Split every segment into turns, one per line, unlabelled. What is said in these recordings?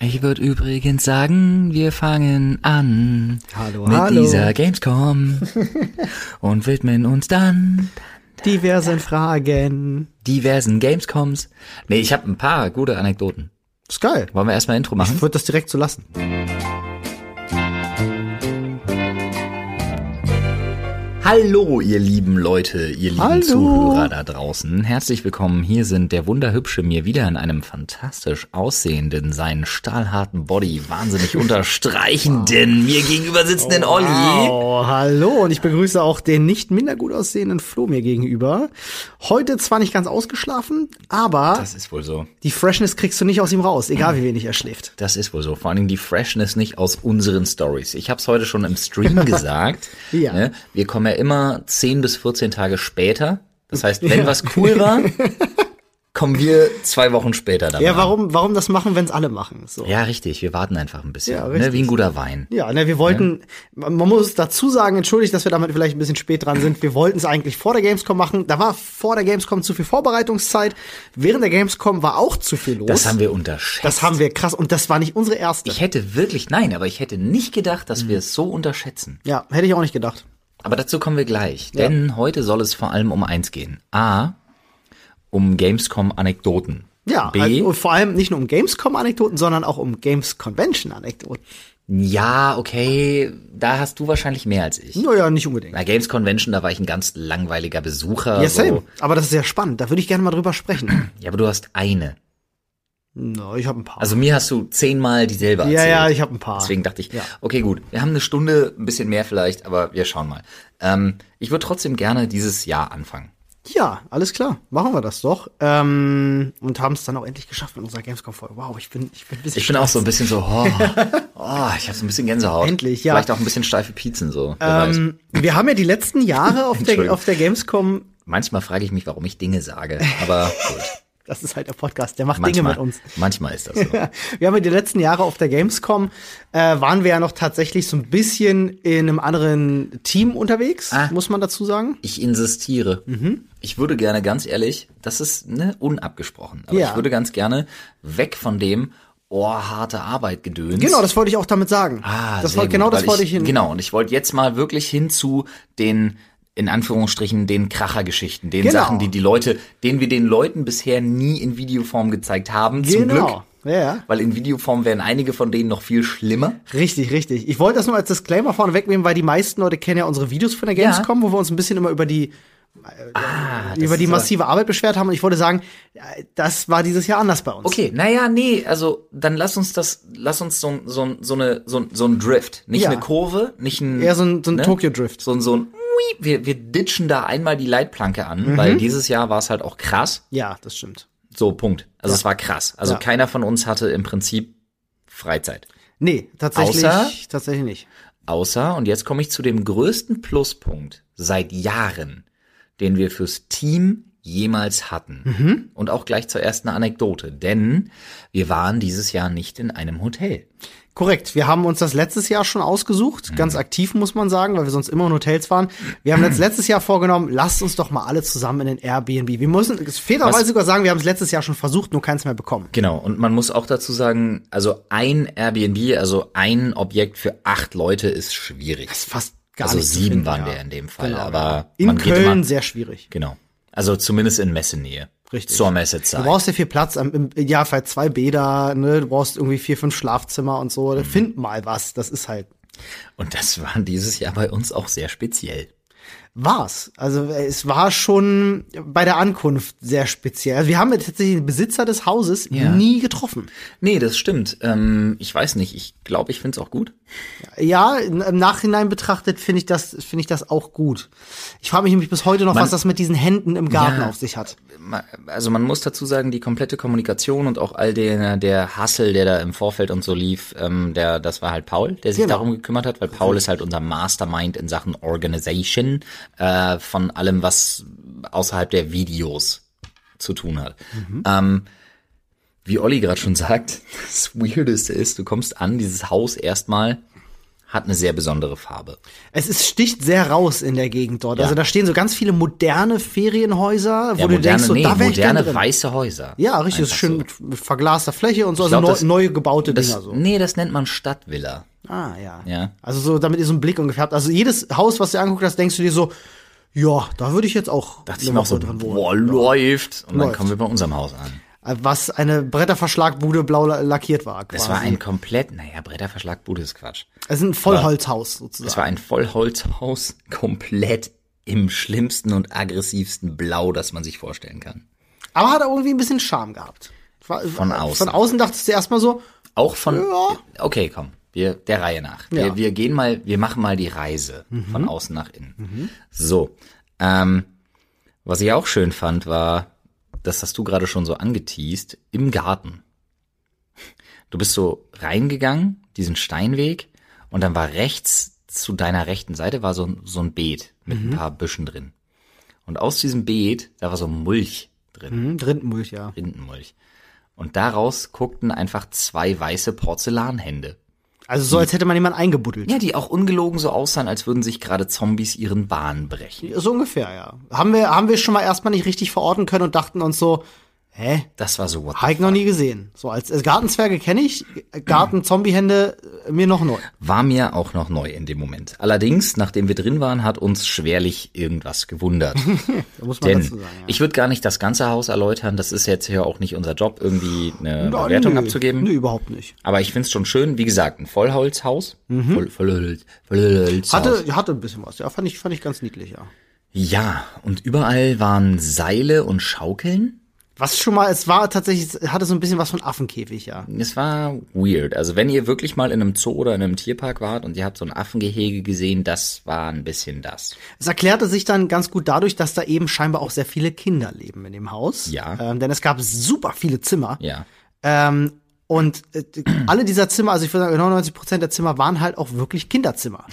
Ich würde übrigens sagen, wir fangen an
Hallo,
mit
hallo.
dieser Gamescom und widmen uns dann
Diversen Fragen.
diversen Gamescoms. Nee, ich habe ein paar gute Anekdoten.
Ist geil.
Wollen wir erstmal Intro machen?
Ich würde das direkt so lassen.
Hallo, ihr lieben Leute, ihr lieben
Hallo.
Zuhörer da draußen. Herzlich willkommen. Hier sind der wunderhübsche mir wieder in einem fantastisch aussehenden, seinen stahlharten Body wahnsinnig unterstreichenden, mir gegenüber sitzenden Olli.
Oh, Wow, hallo und ich begrüße auch den nicht minder gut aussehenden Flo mir gegenüber. Heute zwar nicht ganz ausgeschlafen, aber
Das ist wohl so.
die Freshness kriegst du nicht aus ihm raus, egal wie wenig er schläft.
Das ist wohl so. Vor allen Dingen die Freshness nicht aus unseren Stories. Ich habe es heute schon im Stream gesagt.
Ja.
ne? Wir kommen ja immer 10 bis 14 Tage später. Das heißt, wenn was cool war, kommen wir zwei Wochen später damit.
Ja, warum, warum das machen, wenn's alle machen? So.
Ja, richtig. Wir warten einfach ein bisschen.
Ja,
ne?
richtig.
Wie ein guter Wein.
Ja, ne, wir wollten, man man muss dazu sagen, entschuldigt, dass wir damit vielleicht ein bisschen spät dran sind. Wir wollten es eigentlich vor der Gamescom machen. Da war vor der Gamescom zu viel Vorbereitungszeit. Während der Gamescom war auch zu viel los.
Das haben wir unterschätzt.
das haben wir krass und das war nicht unsere erste.
ich hätte wirklich, nein, aber ich hätte nicht gedacht,
Mhm.
dass wir es so unterschätzen.
Ja, hätte ich auch nicht gedacht.
Aber dazu kommen wir gleich. Denn heute soll es vor allem um eins gehen. A, um Gamescom-Anekdoten.
Ja,
B,
also, und vor allem nicht nur um Gamescom-Anekdoten, sondern auch um Games-Convention-Anekdoten.
Ja, okay, da hast du wahrscheinlich mehr als ich.
Naja, nicht unbedingt.
Bei Games Convention, da war ich ein ganz langweiliger Besucher.
Ja,
so.
same. Aber das ist ja spannend. Da würde ich gerne mal drüber sprechen.
Ja, aber du hast eine.
Na, ich habe ein paar.
Also mir hast du zehnmal dieselbe
ja,
erzählt.
ja, ich habe ein paar.
Deswegen dachte ich,
Ja.
okay, gut, wir haben eine Stunde, ein bisschen mehr vielleicht, aber wir schauen mal. Ähm, ich würde trotzdem gerne dieses Jahr anfangen.
Ja, alles klar. Machen wir das doch. Ähm, und haben es dann auch endlich geschafft mit unserer Gamescom-Folge. Wow, ich bin, ich bin ein bisschen
Ich bin auch so ein bisschen so, oh, oh ich habe so ein bisschen Gänsehaut.
Endlich, ja.
Vielleicht auch ein bisschen steife Piezen so. wer weiß.
Ähm, wir haben ja die letzten Jahre auf der,
Entschuldigung.
auf der Gamescom,
Manchmal frage ich mich, warum ich Dinge sage, aber gut.
das ist halt der Podcast, der macht Dinge
Manchmal,
mit uns.
manchmal ist das so.
Wir haben ja die letzten Jahre auf der Gamescom, äh, waren wir ja noch tatsächlich so ein bisschen in einem anderen Team unterwegs,
Ah.
muss man dazu sagen.
Ich insistiere.
Mhm.
Ich würde gerne, ganz ehrlich, das ist ne, unabgesprochen, aber
Ja.
ich würde ganz gerne weg von dem, oh, harte Arbeit gedöns.
Genau, das wollte ich auch damit sagen.
Ah,
das
sehr
wollte, genau
gut,
das
weil
wollte ich hin.
Genau, und ich wollte jetzt mal wirklich hin zu den, in Anführungsstrichen, den Krachergeschichten, den
Genau.
Sachen, die die Leute, denen wir den Leuten bisher nie in Videoform gezeigt haben, zum
genau.
Glück.
Ja, ja.
Weil in Videoform wären einige von denen noch viel schlimmer.
Richtig, richtig. Ich wollte das nur als Disclaimer vorne wegnehmen, weil die meisten Leute kennen ja unsere Videos von der Gamescom, wo wir uns ein bisschen immer über die äh, über die
Ah, ist aber-
massive Arbeit beschwert haben und ich wollte sagen, äh, das war dieses Jahr anders bei uns.
Okay, naja, nee, also dann lass uns das, lass uns so, so, so, eine, so, so ein Drift. Nicht
Ja.
eine Kurve, nicht ein. ne?
Eher so ein- so ein Tokyo-Drift.
So ein, so ein Ui, wir, wir ditchen da einmal die Leitplanke
Mhm.
an, weil dieses Jahr war es halt auch krass.
Ja, das stimmt.
So, Punkt. Also es war krass. Also
Ja.
keiner von uns hatte im Prinzip Freizeit.
Nee, tatsächlich
Außer-
tatsächlich nicht.
Außer, und jetzt komme ich zu dem größten Pluspunkt seit Jahren, den wir fürs Team jemals hatten.
Mhm.
Und auch gleich zur ersten Anekdote, denn wir waren dieses Jahr nicht in einem Hotel.
Korrekt. Wir haben uns das letztes Jahr schon
Mhm.
ausgesucht, ganz aktiv muss man sagen, weil wir sonst immer in Hotels waren. Wir haben jetzt letztes Jahr vorgenommen, lasst uns doch mal alle zusammen in den Airbnb. Wir müssen es fairerweise sogar sagen, wir haben es letztes Jahr schon versucht, nur keins mehr bekommen.
Genau, und man muss auch dazu sagen, also ein Airbnb, also ein Objekt für acht Leute ist schwierig.
Ist fast gar
also
nicht zu
sieben
finden,
waren
ja.
wir in dem Fall,
Genau,
aber
in
man geht
Köln
immer,
sehr schwierig.
genau. Also zumindest in Messenähe.
Richtig.
Zur
Du
Messezeit.
brauchst ja viel Platz, am- im ja, vielleicht zwei Bäder, ne? du brauchst irgendwie vier, fünf Schlafzimmer und
Mhm.
so. Find mal was, das ist halt
Und das war dieses Jahr bei uns auch sehr speziell.
war's. Also äh, es war schon bei der Ankunft sehr speziell. Also, wir haben jetzt tatsächlich den Besitzer des Hauses
Ja.
nie getroffen.
Nee, das stimmt. Ähm, ich weiß nicht, ich glaube, ich find's auch gut.
Ja, in- im Nachhinein betrachtet finde ich das finde ich das auch gut. Ich frage mich nämlich bis heute noch, was das mit diesen Händen im Garten
Ja.
auf sich hat.
Ma- Also man muss dazu sagen, die komplette Kommunikation und auch all der, der Hassel, der da im Vorfeld und so lief, ähm, der, das war halt Paul, der sich
Genau.
darum gekümmert hat, weil Paul ist halt unser Mastermind in Sachen Organization äh, von allem, was außerhalb der Videos zu tun hat.
Mhm.
Ähm, wie Olli gerade schon sagt, das Weirdeste ist, du kommst an, dieses Haus erstmal hat eine sehr besondere Farbe.
Es ist, sticht sehr raus in der Gegend dort.
Ja.
Also da stehen so ganz viele moderne Ferienhäuser, wo
Ja,
du
moderne,
denkst, so,
nee,
da wär ich gerne
moderne
drin.
weiße Häuser.
Ja, richtig, ist
Einfach
schön
so.
mit, mit verglaster Fläche und so, also
glaub,
neu,
das-
neu gebaute Dinger
Das,
so.
nee, das nennt man Stadtvilla.
Ah, ja.
Ja.
Also so, damit ihr so einen Blick ungefähr habt. Also jedes Haus, was du dir angeguckt hast, denkst du dir so, ja, da würde ich jetzt auch
Dachte
eine
ich mir auch
Woche
so, boah, läuft. Und dann
Läuft.
kommen wir bei unserem Haus an.
Äh, Was eine Bretterverschlagbude blau la- lackiert war quasi.
Das war ein komplett, naja, Bretterverschlagbude ist Quatsch.
also ein Vollholzhaus sozusagen.
Es war ein Vollholzhaus, komplett im schlimmsten und aggressivsten Blau, das man sich vorstellen kann.
Aber hat auch irgendwie ein bisschen Charme gehabt. War-
Von außen.
Von außen dachtest du erstmal so,
Auch von,
Ja.
okay, komm, wir, der Reihe nach.
Ja. Mhm.
Wir, wir gehen mal, wir machen mal die Reise von außen nach innen. So, ähm, was ich auch schön fand, war, das hast du gerade schon so angeteased, im Garten. Du bist so reingegangen, diesen Steinweg, und dann war rechts zu deiner rechten Seite war so, ein- so ein Beet mit
Mhm.
ein paar Büschen drin. Und aus diesem Beet, da war so Mulch drin.
hm, Rindenmulch, ja.
Rindenmulch. Und daraus guckten einfach zwei weiße Porzellanhände.
Also so, als hätte man jemanden eingebuddelt.
Ja, die auch ungelogen so aussahen, als würden sich gerade Zombies ihren Bahn brechen.
So ungefähr, ja. Haben wir, haben wir schon mal erstmal nicht richtig verorten können und dachten uns so, hä,
Das war so what
Hab ich noch nie gesehen. So als, als Gartenzwerge kenne ich, Garten-Zombie-Hände äh, mir noch neu.
War mir auch noch neu in dem Moment. Allerdings, nachdem wir drin waren, hat uns schwerlich irgendwas gewundert.
Da muss man
Denn
dazu sagen. Ja.
ich würde gar nicht das ganze Haus erläutern. Das ist jetzt hier auch nicht unser Job, irgendwie eine
Ja,
Bewertung
nö,
abzugeben.
Nö, überhaupt nicht.
Aber ich find's schon schön, wie gesagt, ein Vollholzhaus. Voll, Vollholz, Vollholzhaus.
Hatte, hatte ein bisschen was, ja. Fand ich, fand ich ganz niedlich, ja.
Ja, und überall waren Seile und Schaukeln.
Was schon mal, es war tatsächlich, es hatte so ein bisschen was von Affenkäfig, ja.
Es war weird. Also wenn ihr wirklich mal in einem Zoo oder in einem Tierpark wart und ihr habt so ein Affengehege gesehen, das war ein bisschen das.
Es erklärte sich dann ganz gut dadurch, dass da eben scheinbar auch sehr viele Kinder leben in dem Haus.
Ja.
Ähm, denn es gab super viele Zimmer.
Ja.
Ähm, und äh, alle dieser Zimmer, also ich würde sagen, 99 Prozent der Zimmer waren halt auch wirklich Kinderzimmer.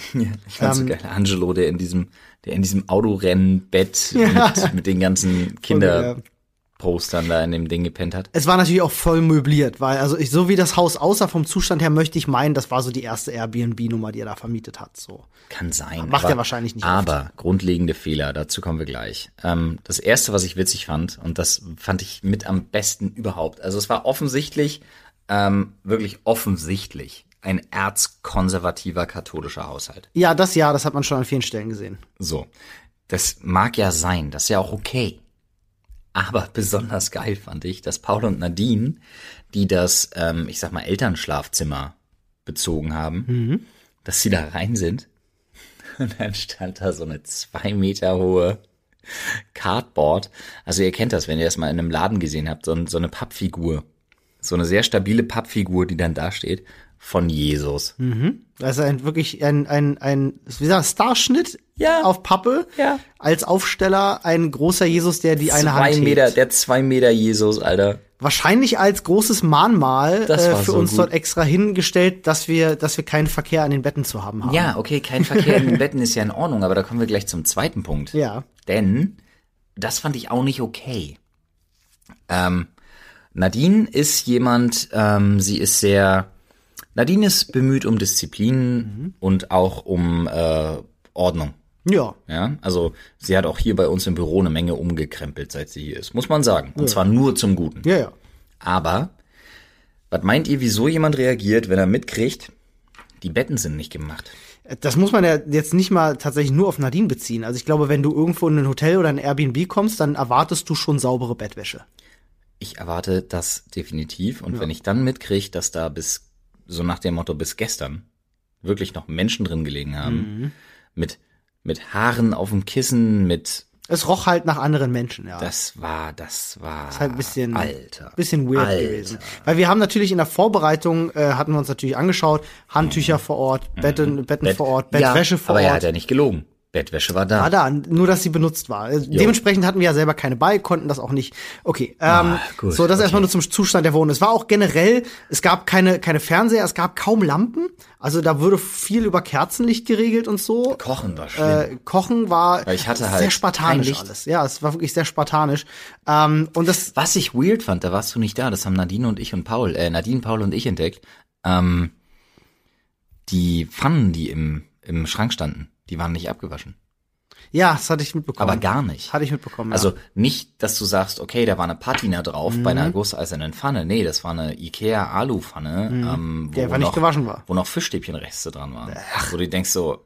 Ich fand's so geil. Angelo, der in diesem, der in diesem Autorennbett mit, mit den ganzen Kinderpostern da in dem Ding gepennt hat.
Es war natürlich auch voll möbliert, weil also ich, so wie das Haus aussah vom Zustand her, möchte ich meinen, das war so die erste Airbnb-Nummer, die er da vermietet hat. So.
Kann sein.
Macht er wahrscheinlich nicht oft.
Aber grundlegende Fehler, dazu kommen wir gleich. Ähm, das erste, was ich witzig fand, und das fand ich mit am besten überhaupt. Also es war offensichtlich, ähm, wirklich offensichtlich ein erzkonservativer katholischer Haushalt.
Ja, das ja, das hat man schon an vielen Stellen gesehen.
So. Das mag ja sein, das ist ja auch okay. Aber besonders geil fand ich, dass Paul und Nadine, die das, ähm, ich sag mal, Elternschlafzimmer bezogen haben,
Mhm.
dass sie da rein sind. Und dann stand da so eine zwei Meter hohe Cardboard. Also ihr kennt das, wenn ihr das mal in einem Laden gesehen habt, so, ein- so eine Pappfigur. So eine sehr stabile Pappfigur, die dann da steht, von Jesus.
Also ein wirklich ein, ein, ein wie sagt, Starschnitt
Ja.
auf Pappe.
Ja.
Als Aufsteller ein großer Jesus, der die eine Hand
zwei
hebt.
Meter, der zwei Meter Jesus, Alter.
Wahrscheinlich als großes Mahnmal
Das
äh,
war
für
so
uns
gut.
dort extra hingestellt, dass wir, dass wir keinen Verkehr an den Betten zu haben haben.
Ja, okay, kein Verkehr in den Betten ist ja in Ordnung, aber da kommen wir gleich zum zweiten Punkt.
Ja.
Denn das fand ich auch nicht okay. Ähm, Nadine ist jemand, ähm, sie ist sehr. Nadine ist bemüht um Disziplin
Mhm.
und auch um äh, Ordnung.
Ja.
Ja, also sie hat auch hier bei uns im Büro eine Menge umgekrempelt, seit sie hier ist, muss man sagen. Und zwar nur zum Guten.
Ja, ja.
Aber was meint ihr, wieso jemand reagiert, wenn er mitkriegt, die Betten sind nicht gemacht?
Das muss man ja jetzt nicht mal tatsächlich nur auf Nadine beziehen. Also ich glaube, wenn du irgendwo in ein Hotel oder ein Airbnb kommst, dann erwartest du schon saubere Bettwäsche.
Ich erwarte das definitiv. Und wenn ich dann mitkriege, dass da bis, so nach dem Motto bis gestern, wirklich noch Menschen drin gelegen haben,
Mhm.
mit, mit Haaren auf dem Kissen, mit,
Es roch halt nach anderen Menschen, ja.
das war, das war,
halt ein bisschen-
Alter.
Bisschen weird
Alter.
gewesen. Weil wir haben natürlich in der Vorbereitung, äh, hatten wir uns natürlich angeschaut, Handtücher vor Ort, Betten, Betten
Mhm. Bett-
vor Ort, Bettwäsche
ja,
vor
aber er
Ort.
hat ja nicht gelogen. Bettwäsche war da.
War da, nur dass sie benutzt war. Äh, Dementsprechend hatten wir ja selber keine bei, konnten das auch nicht. Okay, ähm,
Ah, gut,
so das
okay.
erstmal nur zum Zustand der Wohnung. Es war auch generell, es gab keine keine Fernseher, es gab kaum Lampen, also da wurde viel über Kerzenlicht geregelt und so.
Kochen war schlimm.
Äh, Kochen war
Weil ich hatte
sehr
halt kein
spartanisch
Licht.
alles. Ja, es war wirklich sehr spartanisch. Ähm, und das
Was ich weird fand, da warst du nicht da, das haben Nadine und ich und Paul, äh, Nadine, Paul und ich entdeckt. Ähm, die Pfannen, die im, im Schrank standen, die waren nicht abgewaschen.
Ja, das hatte ich mitbekommen.
Aber gar nicht.
Hatte ich mitbekommen.
Also nicht, dass du sagst, okay, da war eine Patina drauf bei
Mhm.
einer gusseisernen Pfanne. Nee, das war eine Ikea-Alu-Pfanne, ähm,
Mhm. Der einfach nicht
noch,
gewaschen war.
wo noch Fischstäbchenreste dran waren. Wo du denkst so,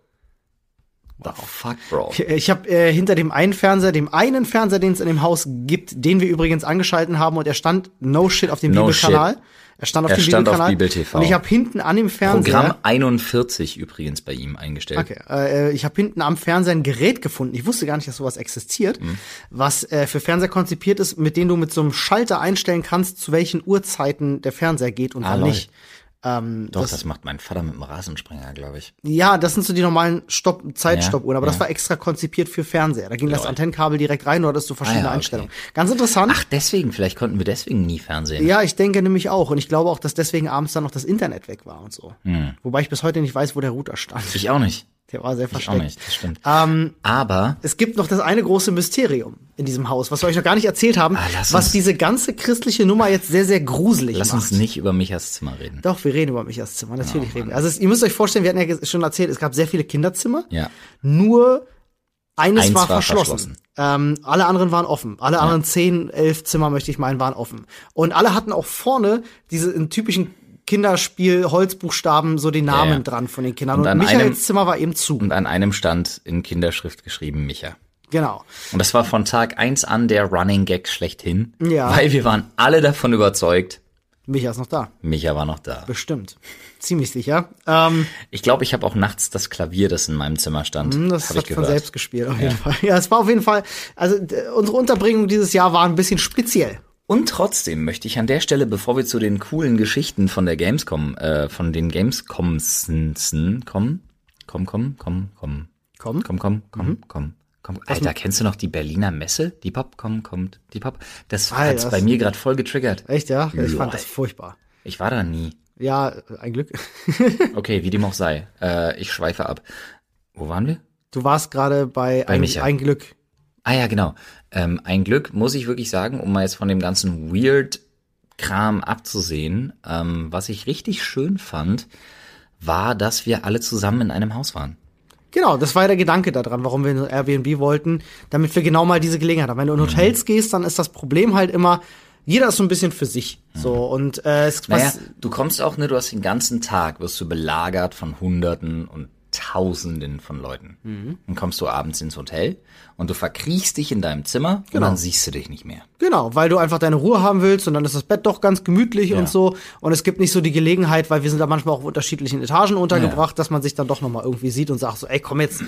the fuck, bro.
ja. Ich habe äh, hinter dem einen Fernseher, dem einen Fernseher, den es in dem Haus gibt, den wir übrigens angeschalten haben und er stand no shit auf dem
No
Bibelkanal. Er stand auf
Er
dem
stand auf
Bibelkanal.
Bibel TV.
Und ich habe hinten an dem Fernseher
Programm 41 übrigens bei ihm eingestellt.
Okay, äh, ich habe hinten am Fernseher ein Gerät gefunden. Ich wusste gar nicht, dass sowas existiert,
Mhm.
was äh, für Fernseher konzipiert ist, mit dem du mit so einem Schalter einstellen kannst, zu welchen Uhrzeiten der Fernseher geht und
Ah,
wann
lol.
nicht. Ähm,
Doch, das, macht mein Vater mit dem Rasensprenger, glaube ich.
ja, das sind so die normalen Stopp Zeitstoppuhren, aber
ja.
das war extra konzipiert für Fernseher. Da ging das
Lol.
Antennenkabel direkt rein, oder hattest du
Ah,
verschiedene
ja, okay.
Einstellungen. Ganz interessant.
Ach, deswegen, vielleicht konnten wir deswegen nie Fernsehen.
Ja, ich denke nämlich auch. Und ich glaube auch, dass deswegen abends dann noch das Internet weg war und so. Wobei ich bis heute nicht weiß, wo der Router stand.
Ich auch nicht.
Der war sehr
Hm. Ich auch
versteckt.
nicht, das stimmt.
Ähm,
Aber
Es gibt noch das eine große Mysterium in diesem Haus, was wir euch noch gar nicht erzählt haben,
Ah, lass
was
uns-
diese ganze christliche Nummer jetzt sehr, sehr gruselig
lass
macht.
uns Oh nicht über Michas Zimmer reden.
Doch, wir reden über Michas Zimmer, natürlich reden wir. Also es, ihr müsst euch vorstellen, wir hatten ja ges- schon erzählt, es gab sehr viele Kinderzimmer,
Ja.
nur eines
Eins
war,
war
verschlossen. Ähm, alle anderen waren offen. Alle anderen zehn, elf Zimmer, möchte ich meinen, waren offen. Und alle hatten auch vorne diese typischen Kinderspiel Holzbuchstaben so den Namen
Ja, ja.
dran von den Kindern.
Und
Und,
an
Michaels
einem- Mhm.
Zimmer war eben zu.
Und an einem stand in Kinderschrift geschrieben Micha.
Genau.
Und das war von Tag eins an der Running Gag schlechthin.
Ja.
Weil wir waren alle davon überzeugt,
Micha ist noch da.
Micha war noch da.
Bestimmt. Ziemlich sicher. Ähm,
Ich glaube, ich habe auch nachts das Klavier, das in meinem Zimmer stand,
Hm, das
habe
hat
ich
von
gehört.
selbst gespielt, auf jeden Fall. Ja, es war auf jeden Fall, also d- unsere Unterbringung dieses Jahr war ein bisschen speziell.
Und trotzdem möchte ich an der Stelle, bevor wir zu den coolen Geschichten von der Gamescom, äh, von den Gamescomsen kommen, komm, komm, komm, komm,
Komm. Mhm.
komm, komm, komm, komm, komm. Alter, kennst du noch die Berliner Messe? Die Pop, komm, kommt, die Pop. Das
Alter,
hat's
das-
bei mir gerade voll getriggert.
Echt, ja? Ich
Lol.
fand das furchtbar.
Ich war da nie.
Ja, ein Glück.
Okay, wie dem auch sei. Äh, ich schweife ab. Wo waren wir?
Du warst gerade bei, ein,
Micha.
ein Glück.
Ah ja, genau. Ähm, ein Glück, muss ich wirklich sagen, um mal jetzt von dem ganzen Weird-Kram abzusehen, ähm, was ich richtig schön fand, war, dass wir alle zusammen in einem Haus waren.
Genau, das war ja der Gedanke daran, warum wir ein Airbnb wollten, damit wir genau mal diese Gelegenheit haben. Wenn du in Hotels gehst, dann ist das Problem halt immer, jeder ist so ein bisschen für sich. So, und äh, es
Naja,
was,
du kommst auch, ne, du hast den ganzen Tag, wirst du belagert von Hunderten und Tausenden von Leuten. Dann kommst du abends ins Hotel und du verkriechst dich in deinem Zimmer und dann siehst du dich nicht mehr.
Genau, weil du einfach deine Ruhe haben willst und dann ist das Bett doch ganz gemütlich und so. Und es gibt nicht so die Gelegenheit, weil wir sind da manchmal auch auf unterschiedlichen Etagen untergebracht, dass man sich dann doch nochmal irgendwie sieht und sagt so, ey, komm jetzt,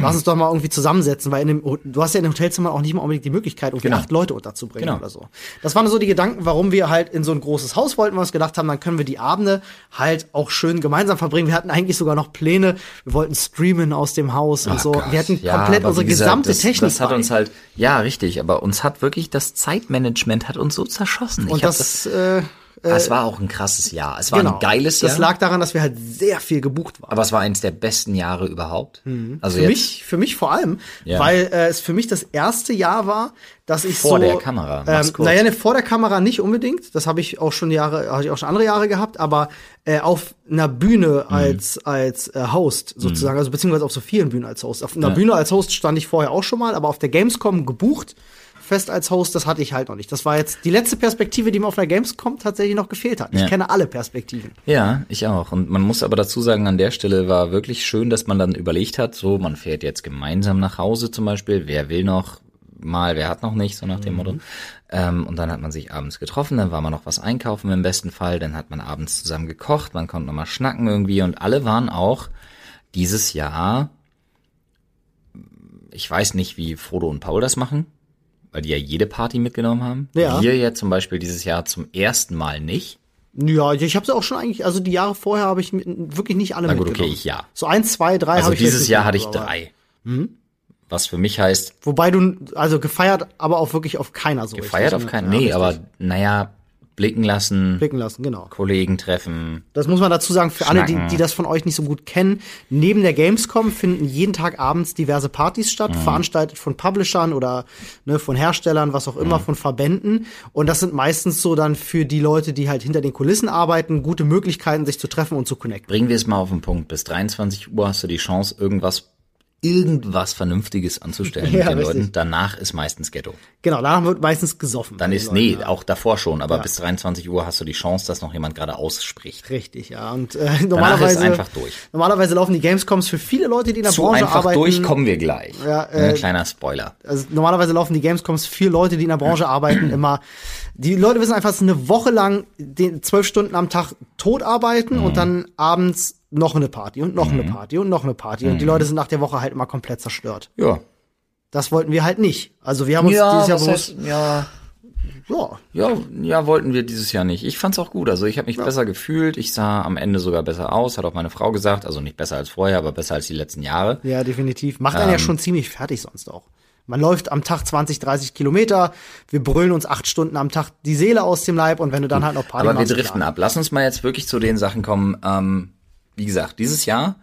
lass uns doch mal irgendwie zusammensetzen, weil in dem, du hast ja in den Hotelzimmern auch nicht mal unbedingt die Möglichkeit, irgendwie
Genau.
acht Leute unterzubringen
Genau.
oder so. Das waren so die Gedanken, warum wir halt in so ein großes Haus wollten, weil wir uns gedacht haben, dann können wir die Abende halt auch schön gemeinsam verbringen. Wir hatten eigentlich sogar noch Pläne, wir wollten streamen aus dem Haus und
Ach
so.
Gott,
Wir hatten
ja,
komplett
aber
unsere
wie gesagt,
gesamte
das,
Technik.
Das hat
bei.
uns halt, ja, richtig, aber uns hat wirklich das Zeitmanagement hat uns so zerschossen.
und
hab
das, äh, genau.
Ah, es war auch ein krasses Jahr. Es war ein geiles
das
Jahr.
lag daran, dass wir halt sehr viel gebucht waren.
aber es war eins der besten Jahre überhaupt. Also
Mhm. Für
jetzt
mich, für mich vor allem,
Ja.
weil äh, es für mich das erste Jahr war, dass ich
Vor
so
der Kamera, mach's
Ähm,
kurz.
naja, ne, vor der Kamera nicht unbedingt. Das habe ich auch schon Jahre, habe ich auch schon andere Jahre gehabt, aber äh, auf einer Bühne
Mhm.
als als äh, Host sozusagen, also beziehungsweise auf so vielen Bühnen als Host. Auf einer Bühne als Host stand ich vorher auch schon mal, aber auf der Gamescom gebucht fest als Host, das hatte ich halt noch nicht. Das war jetzt die letzte Perspektive, die mir auf einer Gamescom tatsächlich noch gefehlt hat.
Ja.
Ich kenne alle Perspektiven.
Ja, ich auch. Und man muss aber dazu sagen, an der Stelle war wirklich schön, dass man dann überlegt hat, so, man fährt jetzt gemeinsam nach Hause zum Beispiel, wer will noch mal, wer hat noch nicht, so nach
Mhm.
dem Motto. Ähm, und dann hat man sich abends getroffen, dann war man noch was einkaufen im besten Fall, dann hat man abends zusammen gekocht, man konnte noch mal schnacken irgendwie und alle waren auch dieses Jahr, ich weiß nicht, wie Frodo und Paul das machen, weil die ja jede Party mitgenommen haben.
Ja.
Wir ja zum Beispiel dieses Jahr zum ersten Mal nicht.
Ja, ich habe sie auch schon eigentlich, also die Jahre vorher habe ich mit- wirklich nicht alle
Na gut,
mitgenommen.
okay, ich ja.
So eins, zwei, drei
Also
habe ich
dieses
jetzt
Jahr hatte ich
mitgenommen, aber- Hm?
drei. Was für mich heißt,
Wobei du, also gefeiert, aber auch wirklich auf keiner so
feiert auf
richtig, ne?
keinen.
Ja,
Nee,
richtig.
aber naja, blicken lassen,
Blicken lassen, genau.
Kollegen treffen.
Das muss man dazu sagen, für alle, die,
Schnacken.
die das von euch nicht so gut kennen. Neben der Gamescom finden jeden Tag abends diverse Partys
Mhm.
statt, veranstaltet von Publishern oder ne, von Herstellern, was auch immer,
Mhm.
von Verbänden. Und das sind meistens so dann für die Leute, die halt hinter den Kulissen arbeiten, gute Möglichkeiten, sich zu treffen und zu connecten.
Bringen wir es mal auf den Punkt. Bis 23 Uhr hast du die Chance, irgendwas irgendwas Vernünftiges anzustellen
Ja,
mit den
richtig.
Leuten. Danach ist meistens Ghetto.
Genau, danach wird meistens gesoffen.
Dann
bei
ist,
den Leuten,
nee,
ja.
auch davor schon, aber bis 23 Uhr hast du die Chance, dass noch jemand gerade ausspricht.
Richtig, ja. Und äh, normalerweise,
einfach durch.
normalerweise laufen die Gamescoms für viele Leute, die in der
Zu
Branche
einfach
arbeiten.
durch kommen wir gleich.
Ja,
Ein
äh,
kleiner Spoiler.
also normalerweise laufen die Gamescoms für Leute, die in der Branche arbeiten, immer. Die Leute wissen einfach, dass sie eine Woche lang den zwölf Stunden am Tag tot arbeiten
Mhm.
und dann abends noch eine Party und noch eine Party und noch eine Party. Und die
Mhm.
Leute sind nach der Woche halt immer komplett zerstört.
Ja.
Das wollten wir halt nicht. Also wir haben uns
Ja,
dieses Jahr
was
bewusst,
heißt, ja,
ja,
ja, ja, wollten wir dieses Jahr nicht. Ich fand's auch gut. Also ich habe mich besser gefühlt. Ich sah am Ende sogar besser aus, hat auch meine Frau gesagt. Also nicht besser als vorher, aber besser als die letzten Jahre.
ja, definitiv. Macht
Ähm.
einen ja schon ziemlich fertig sonst auch. Man läuft am Tag 20, 30 Kilometer, wir brüllen uns acht Stunden am Tag die Seele aus dem Leib und wenn du dann halt noch Party
Aber wir
machst,
driften
klar.
ab. Lass uns mal jetzt wirklich zu den Sachen kommen. Ähm, wie gesagt, dieses Jahr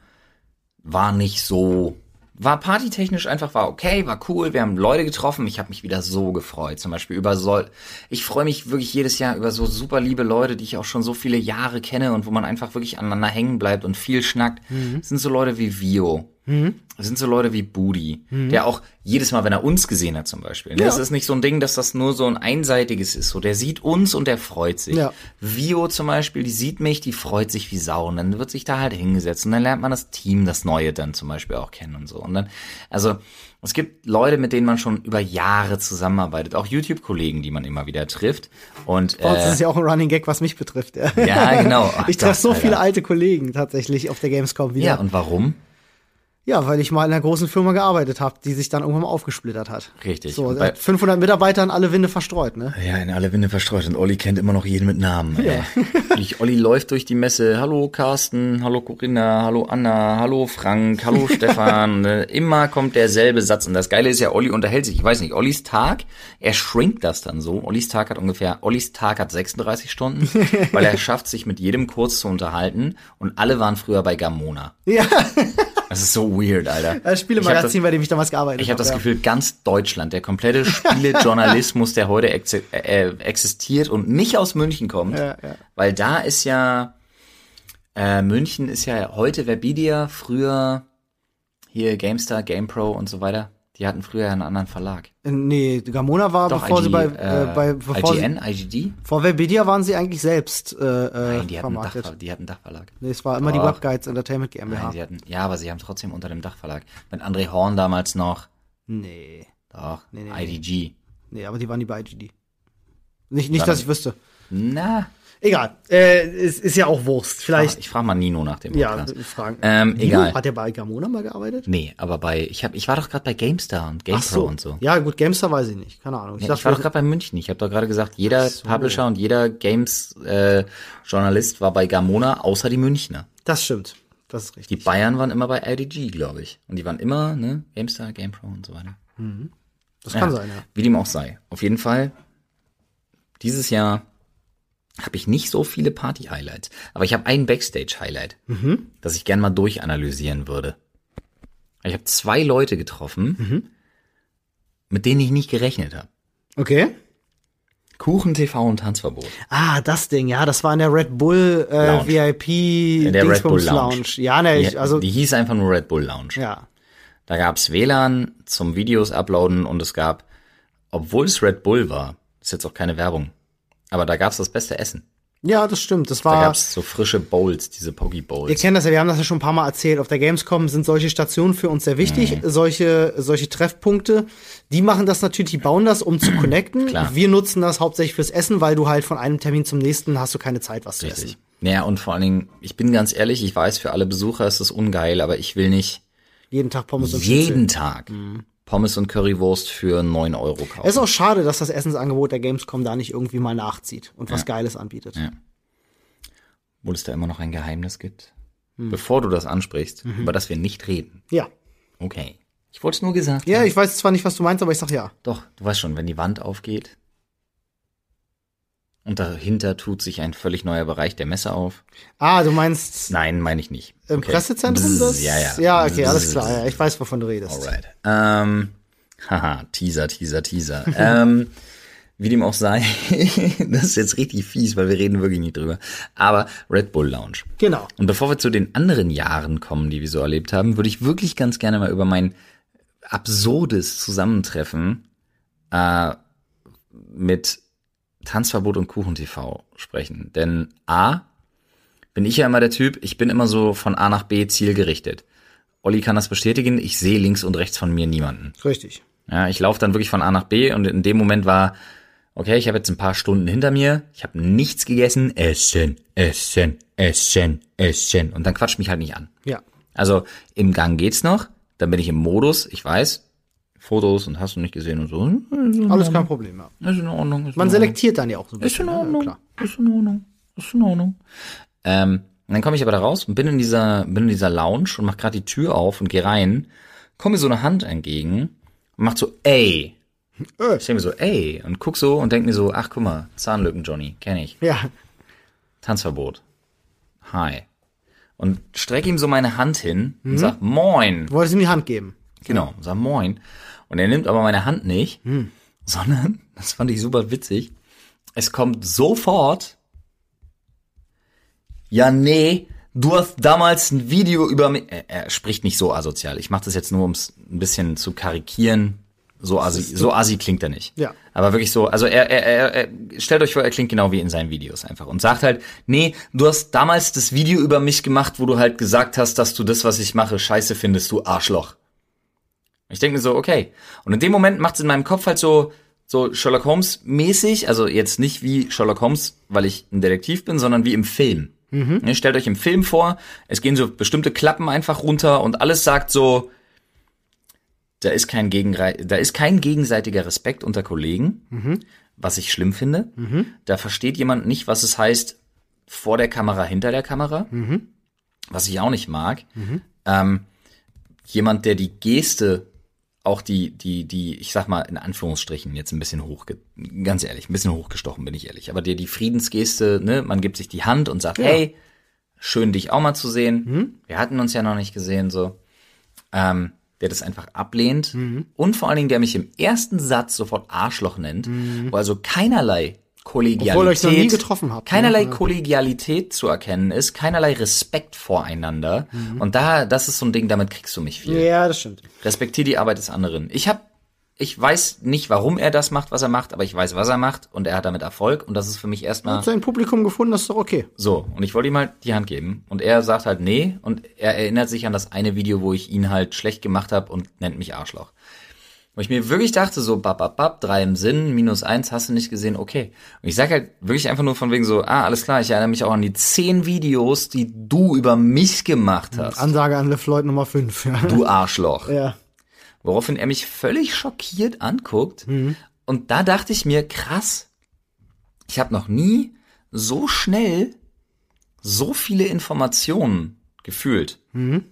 war nicht so, war partytechnisch einfach, war okay, war cool. Wir haben Leute getroffen. Ich habe mich wieder so gefreut. Zum Beispiel über so, ich freue mich wirklich jedes Jahr über so super liebe Leute, die ich auch schon so viele Jahre kenne und wo man einfach wirklich aneinander hängen bleibt und viel schnackt.
Mhm.
Das sind so Leute wie Vio. Das sind so Leute wie Budi, der auch jedes Mal, wenn er uns gesehen hat zum Beispiel, ne,
Mhm. Ja.
es ist nicht so ein Ding, dass das nur so ein einseitiges ist. So, der sieht uns und der freut sich.
Ja.
Vio zum Beispiel, die sieht mich, die freut sich wie Sau und dann wird sich da halt hingesetzt und dann lernt man das Team, das Neue dann zum Beispiel auch kennen und so. Und dann, also es gibt Leute, mit denen man schon über Jahre zusammenarbeitet, auch YouTube-Kollegen, die man immer wieder trifft. Und
Bei uns ist
äh,
es ja auch ein Running Gag, was mich betrifft. Ja.
ja, genau. Ach
Ich treffe so
Gott,
viele
Alter.
alte Kollegen tatsächlich auf der Gamescom wieder.
Ja, und warum?
Ja, weil ich mal in einer großen Firma gearbeitet habe, die sich dann irgendwann mal aufgesplittert hat.
Richtig.
So,
Und bei-
seit 500 Mitarbeitern alle Winde verstreut, ne?
Ja, in alle Winde verstreut und Olli kennt immer noch jeden mit Namen. Ja. Ich, Olli läuft durch die Messe. Hallo Carsten, hallo Corinna, hallo Anna, hallo Frank, hallo Stefan. Ne, Immer kommt derselbe Satz. Und das Geile ist ja, Olli unterhält sich. Ich weiß nicht, Ollis Tag, er schrinkt das dann so. Ollis Tag hat ungefähr, Ollis Tag hat 36 Stunden, weil er schafft, sich mit jedem kurz zu unterhalten. Und alle waren früher bei Gamona.
Ja,
Das ist so weird, Alter. Ich
das
hab das-
Spielemagazin, bei dem ich damals gearbeitet habe.
ich habe das
ja.
Gefühl, ganz Deutschland, der komplette Spielejournalismus, der heute ex äh, existiert und nicht aus München kommt,
Ja, ja.
weil da ist ja äh, München ist ja heute Verbidia, früher hier GameStar, GamePro und so weiter. Die hatten früher einen anderen Verlag.
Nee, Gamona war,
Doch,
bevor
IG,
sie bei,
äh,
äh, bei bevor sie,
IGN, IGD?
vor Webedia waren sie eigentlich selbst äh, äh,
Nein, die hatten, einen
vermarktet.
Dachver die hatten einen Dachverlag.
Nee, es war immer die
Doch.
Webguides Entertainment GmbH.
Nein, sie hatten, ja, aber sie haben trotzdem unter dem Dachverlag. Mit André Horn damals noch.
nee,
Doch,
nee, nee.
IDG.
nee, aber die waren nie bei IGD. Nicht, nicht dass ich wüsste.
Na,
Egal, äh, ist, ist ja auch Wurst.
ich,
Vielleicht,
ich frage mal Nino nach dem
ja,
Podcast.
fragen.
Ah, Ähm, egal.
Hat er bei Gamona mal gearbeitet?
Nee, aber bei ich hab ich war doch gerade bei GameStar und GamePro und so.
Ja, gut, Gamestar weiß ich nicht. Keine Ahnung. Ich
Ich
dachte,
war doch gerade bei München. Ich habe doch gerade gesagt, jeder Publisher und jeder Games äh, Journalist war bei Gamona, außer die Münchner.
das stimmt. Das ist
Die
richtig.
Bayern waren immer bei IDG, glaube ich. Und die waren immer, ne, GameStar, GamePro und so weiter.
Das kann sein, ja.
Wie dem auch sei. Auf jeden Fall, dieses Jahr habe ich nicht so viele Party-Highlights. Aber ich habe ein Backstage-Highlight,
Mhm.
das ich gern mal durchanalysieren würde. Ich habe zwei Leute getroffen,
Mhm.
mit denen ich nicht gerechnet habe.
Okay.
Kuchen TV und Tanzverbot.
Ah, das Ding, ja, das war in der Red Bull äh,
Lounge.
VIP
In der Red Bull
Dingsbums
Lounge.
Ja, ne, ich,
die,
also
die hieß einfach nur Red Bull Lounge.
ja.
Da gab's WLAN zum Videos uploaden und es gab, obwohl es Red Bull war, ist jetzt auch keine Werbung, aber da gab's das beste Essen.
Ja, das stimmt. Das
Da
war
gab's so frische Bowls, diese Pocky
Ah. Ihr
Bowls.
kennt das ja, wir haben das ja schon ein paar Mal erzählt. Auf der Gamescom sind solche Stationen für uns sehr wichtig,
Mhm.
solche, solche Treffpunkte. Die machen das natürlich, die bauen das, um zu connecten.
Klar.
Wir nutzen das hauptsächlich fürs Essen, weil du halt von einem Termin zum nächsten hast du keine Zeit, was zu
Richtig.
essen.
Naja, und vor allen Dingen, ich bin ganz ehrlich, ich weiß, für alle Besucher ist das ungeil, aber ich will nicht
Jeden Tag Pommes und Schnitzel.
jeden Tag Pommes und Currywurst für 9 Euro kaufen.
Es Mhm. ist auch schade, dass das Essensangebot der Gamescom da nicht irgendwie mal nachzieht und was Geiles anbietet.
Obwohl es da immer noch ein Geheimnis gibt.
Hm.
Bevor du das ansprichst,
Mhm.
über das wir nicht reden.
Ja.
Okay. Ich wollte es nur gesagt
Ja, ich weiß zwar nicht, was du meinst, aber ich sag ja.
Doch, du weißt schon, wenn die Wand aufgeht, Und dahinter tut sich ein völlig neuer Bereich der Messe auf.
Ah, du meinst
Nein, meine ich nicht.
im Pressezentrum
Bzz,
das?
Ja, ja.
Ja, okay, alles
Bzz.
klar. Ja, ich weiß, wovon du redest.
Alright. Ähm, haha, Teaser, Teaser, Teaser. ähm, wie dem auch sei, das ist jetzt richtig fies, weil wir reden wirklich nicht drüber. Aber Red Bull Lounge.
Genau.
Und bevor wir zu den anderen Jahren kommen, die wir so erlebt haben, würde ich wirklich ganz gerne mal über mein absurdes Zusammentreffen äh, mit Tanzverbot und Kuchen TV sprechen. Denn A, bin ich ja immer der Typ, ich bin immer so von A nach B zielgerichtet. Olli kann das bestätigen, ich sehe links und rechts von mir niemanden.
Richtig.
Ja, ich laufe dann wirklich von A nach B und in dem Moment war, okay, ich habe jetzt ein paar Stunden hinter mir, ich habe nichts gegessen, essen, essen, essen, essen. Und dann quatscht mich halt nicht an.
Ja.
Also im Gang geht's noch, dann bin ich im Modus, ich weiß, Fotos und hast du nicht gesehen und so. Hm,
Alles kein Problem, ja.
Ist in Ordnung. Ist in
Man
Ordnung.
selektiert dann ja auch so ein
Ist
bisschen.
in
ne?
Ordnung.
Klar.
Ist in Ordnung. Ist in Ordnung. Ähm, und dann komme ich aber da raus und bin in dieser, bin in dieser Lounge und mach gerade die Tür auf und gehe rein, komme mir so eine Hand entgegen und macht so, ey.
Äh.
Ich denke mir so, ey. Und guck so und denk mir so, ach guck mal, Zahnlücken Johnny, kenne ich.
Ja.
Tanzverbot. Hi. Und strecke ihm so meine Hand hin und sag, moin.
Du wolltest ihm die Hand geben.
Genau, und sag Moin. Und er nimmt aber meine Hand nicht, sondern, das fand ich super witzig, es kommt sofort, ja nee, du hast damals ein Video über mich, er, er spricht nicht so asozial, ich mache das jetzt nur, um es ein bisschen zu karikieren, so assi, so assi klingt er nicht.
Ja.
Aber wirklich so, also er, er, er, er, stellt euch vor, er klingt genau wie in seinen Videos einfach und sagt halt, nee, du hast damals das Video über mich gemacht, wo du halt gesagt hast, dass du das, was ich mache, scheiße findest, du Arschloch. Ich denke mir so, okay. Und in dem Moment macht es in meinem Kopf halt so, so Sherlock Holmes mäßig, also jetzt nicht wie Sherlock Holmes, weil ich ein Detektiv bin, sondern wie im Film. Ne, stellt euch im Film vor, es gehen so bestimmte Klappen einfach runter und alles sagt so, da ist kein, Gegenrei- da ist kein gegenseitiger Respekt unter Kollegen, was ich schlimm finde. Da versteht jemand nicht, was es heißt, vor der Kamera, hinter der Kamera,
Mhm.
was ich auch nicht mag. Ähm, jemand, der die Geste, auch die, die, die, ich sag mal, in Anführungsstrichen jetzt ein bisschen hoch, ganz ehrlich, ein bisschen hochgestochen, bin ich ehrlich, aber der die Friedensgeste, ne, man gibt sich die Hand und sagt, hey, schön dich auch mal zu sehen.
Mhm.
Wir hatten uns ja noch nicht gesehen, so. Ähm, der das einfach ablehnt
Mhm.
und vor allen Dingen, der mich im ersten Satz sofort Arschloch nennt, wo also keinerlei Kollegialität,
Mhm. Obwohl ihr euch noch nie getroffen habt, ne?
keinerlei
Ja.
Kollegialität zu erkennen ist, keinerlei Respekt voreinander und da, das ist so ein Ding, damit kriegst du mich viel.
Ja, das stimmt.
Respektier die Arbeit des anderen. Ich habe, ich weiß nicht, warum er das macht, was er macht, aber ich weiß, was er macht und er hat damit Erfolg und das ist für mich erstmal
Hat sein Publikum gefunden, das ist doch okay.
so. Und ich wollte ihm halt die Hand geben und er sagt halt nee und er erinnert sich an das eine Video, wo ich ihn halt schlecht gemacht habe und nennt mich Arschloch. Wo ich mir wirklich dachte, so bap, bap, bap, drei im Sinn, minus eins, hast du nicht gesehen, okay. Und ich sag halt wirklich einfach nur von wegen so, ah, alles klar, ich erinnere mich auch an die zehn Videos, die du über mich gemacht hast.
Ansage an LeFloid Nummer 5. Ja.
Du Arschloch.
ja.
Woraufhin er mich völlig schockiert anguckt.
Mhm.
Und da dachte ich mir, krass, ich habe noch nie so schnell so viele Informationen gefühlt
Mhm.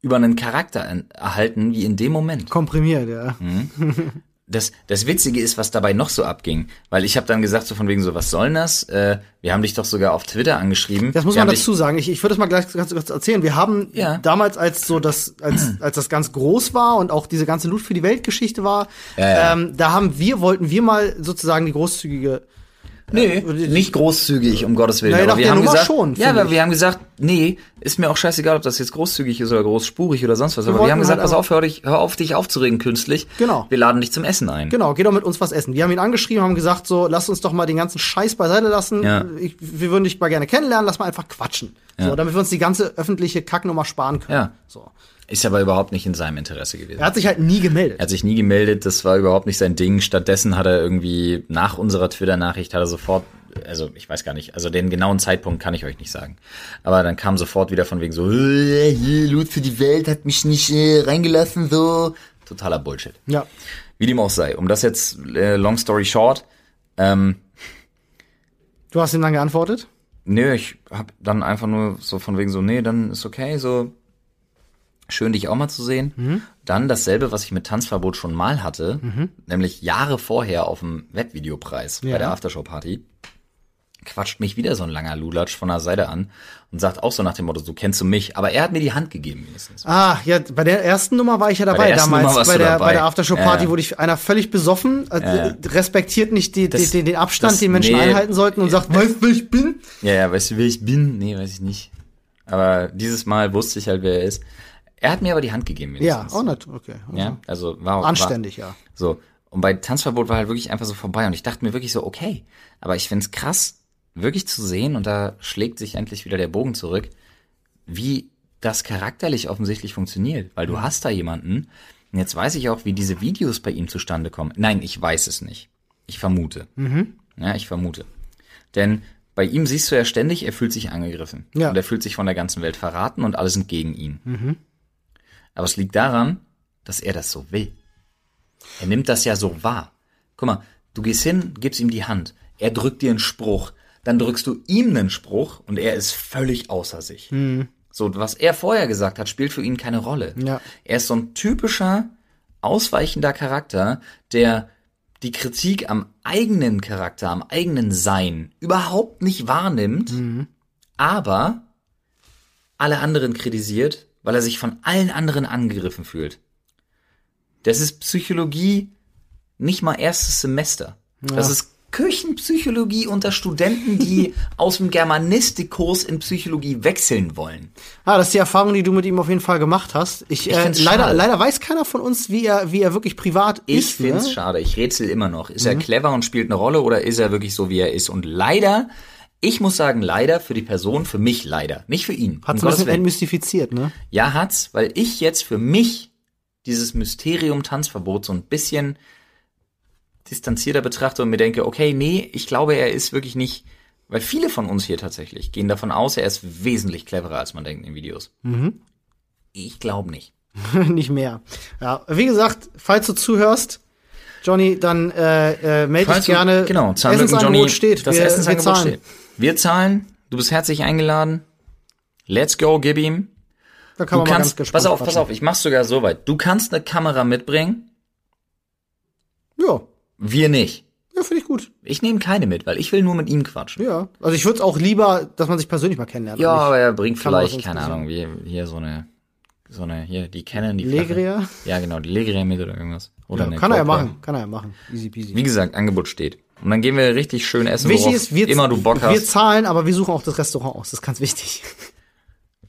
über einen Charakter en- erhalten wie in dem Moment.
Komprimiert, ja.
Das, das Witzige ist, was dabei noch so abging, weil ich habe dann gesagt, so von wegen so, was soll denn das? Äh, wir haben dich doch sogar auf Twitter angeschrieben.
Das muss
wir
man
haben dich-
dazu sagen. Ich, ich würde es mal gleich ganz kurz erzählen. Wir haben
Ja.
damals, als so das, als, als das ganz groß war und auch diese ganze Loot für die Welt-Geschichte war, ähm, da haben wir, wollten wir mal sozusagen die großzügige Äh,
Nee, nicht großzügig, um Gottes Willen.
Naja,
aber
nach
wir
der
haben
Nummer
gesagt,
schon,
ja,
finde
aber wir haben gesagt, nee, ist mir auch scheißegal, ob das jetzt großzügig ist oder großspurig oder sonst was. Aber wir
wollten
haben gesagt,
halt
pass auf, hör, dich, hör auf, dich aufzuregen künstlich.
Genau.
Wir laden dich zum Essen ein.
Genau, geh doch mit uns was essen. Wir haben ihn angeschrieben, haben gesagt, so, lass uns doch mal den ganzen Scheiß beiseite lassen.
Ja.
Ich, wir würden dich mal gerne kennenlernen, lass mal einfach quatschen. So, damit wir uns die ganze öffentliche Kacknummer sparen können.
Ja.
So.
Ist aber überhaupt nicht in seinem Interesse gewesen.
Er hat sich halt nie gemeldet.
Er hat sich nie gemeldet, das war überhaupt nicht sein Ding. Stattdessen hat er irgendwie nach unserer Twitter-Nachricht hat er sofort, also ich weiß gar nicht, also den genauen Zeitpunkt kann ich euch nicht sagen. Aber dann kam sofort wieder von wegen so, äh, äh, Loot für die Welt hat mich nicht äh, reingelassen, so. Totaler Bullshit.
Ja.
Wie dem auch sei, um das jetzt, äh, long story short, ähm,
Du hast ihm dann geantwortet?
nö, ich hab dann einfach nur so von wegen so, nee, dann ist okay, so schön dich auch mal zu sehen. Dann dasselbe, was ich mit Tanzverbot schon Mhm. mal hatte, nämlich Jahre vorher auf dem Webvideopreis bei der Aftershow-Party. quatscht mich wieder so ein langer Lulatsch von der Seite an und sagt auch so nach dem Motto, so kennst du mich. Aber er hat mir die Hand gegeben wenigstens.
Ah, ja, bei der ersten Nummer war ich ja dabei
der ersten
damals.
Nummer warst
bei,
du
der,
dabei.
bei der Aftershow-Party
Ja.
wurde ich einer völlig besoffen, äh,
Ja.
respektiert nicht die,
Das-
den, den Abstand,
das-
den Menschen
nee.
einhalten sollten und sagt, weißt du, wer ich bin?
Ja, ja, weißt du, wer ich bin? Nee, weiß ich nicht. Aber dieses Mal wusste ich halt, wer er ist. Er hat mir aber die Hand gegeben
Ja,
wenigstens.
auch nicht. Okay.
Ja, also war
Anständig,
war,
ja.
So. Und bei Tanzverbot war halt wirklich einfach so vorbei und ich dachte mir wirklich so, okay. Aber ich find's krass, wirklich zu sehen und da schlägt sich endlich wieder der Bogen zurück, wie das charakterlich offensichtlich funktioniert. Weil du hast da jemanden und jetzt weiß ich auch, wie diese Videos bei ihm zustande kommen. Nein, ich weiß es nicht. Ich vermute. Ja, ich vermute. Denn bei ihm siehst du ja ständig, er fühlt sich angegriffen.
Ja.
Und er fühlt sich von der ganzen Welt verraten und alle sind gegen ihn. Aber es liegt daran, dass er das so will. Er nimmt das ja so wahr. Guck mal, du gehst hin, gibst ihm die Hand. Er drückt dir einen Spruch. Dann drückst du ihm einen Spruch und er ist völlig außer sich. So, was er vorher gesagt hat, spielt für ihn keine Rolle.
Ja.
Er ist so ein typischer, ausweichender Charakter, der die Kritik am eigenen Charakter, am eigenen Sein überhaupt nicht wahrnimmt, aber alle anderen kritisiert, weil er sich von allen anderen angegriffen fühlt. Das ist Psychologie nicht mal erstes Semester. Das ist Küchenpsychologie unter Studenten, die aus dem Germanistikkurs in Psychologie wechseln wollen.
Ah, das ist die Erfahrung, die du mit ihm auf jeden Fall gemacht hast. Ich, äh,
find's
leider,
schade.
leider weiß keiner von uns, wie er, wie er wirklich privat
Ich
ist.
finde es
ne?
schade. Ich rätsel immer noch. Ist er clever und spielt eine Rolle oder ist er wirklich so, wie er ist? Und leider, ich muss sagen, leider für die Person, für mich leider, nicht für ihn.
Hat
Um
so ein
Gottes
bisschen
Willen.
entmystifiziert, ne?
Ja, hat's, weil ich jetzt für mich dieses Mysterium Tanzverbot so ein bisschen distanzierter betrachte und mir denke, okay, nee, ich glaube, er ist wirklich nicht, weil viele von uns hier tatsächlich gehen davon aus, er ist wesentlich cleverer, als man denkt in Videos.
Mhm.
Ich glaube nicht.
Nicht mehr. Ja, wie gesagt, falls du zuhörst, Johnny, dann äh, äh, melde dich
Falls du-
gerne.
genau, Zahnlücken
Essensangebot
Johnny,
steht.
das
wir, wir
Essensangebot
zahlen.
steht. Wir zahlen, du bist herzlich eingeladen. Let's go, gib ihm.
Da kann
du
man mal ganz
kannst,
gespannt
pass auf, pass
quatschen.
auf, ich mach's sogar so weit. Du kannst eine Kamera mitbringen,
Ja,
wir nicht.
ja finde ich gut.
Ich nehme keine mit, weil ich will nur mit ihm quatschen.
Ja. Also ich würde es auch lieber, dass man sich persönlich mal kennenlernt.
Ja,
aber
aber er bringt
Kameras
vielleicht, keine Ahnung, wie, hier so eine, so eine, hier, die Canon, die
nicht. Legria?
flache. Ja, genau, die Legria mit oder irgendwas. Oder
Ja,
eine
kann er ja
GoPro.
machen, kann er ja machen. Easy peasy.
Wie gesagt, Angebot steht. Und dann gehen wir richtig schön essen,
wichtig
worauf
ist, wir,
immer du Bock
wir
hast.
zahlen, aber wir suchen auch das Restaurant aus. Das ist ganz wichtig.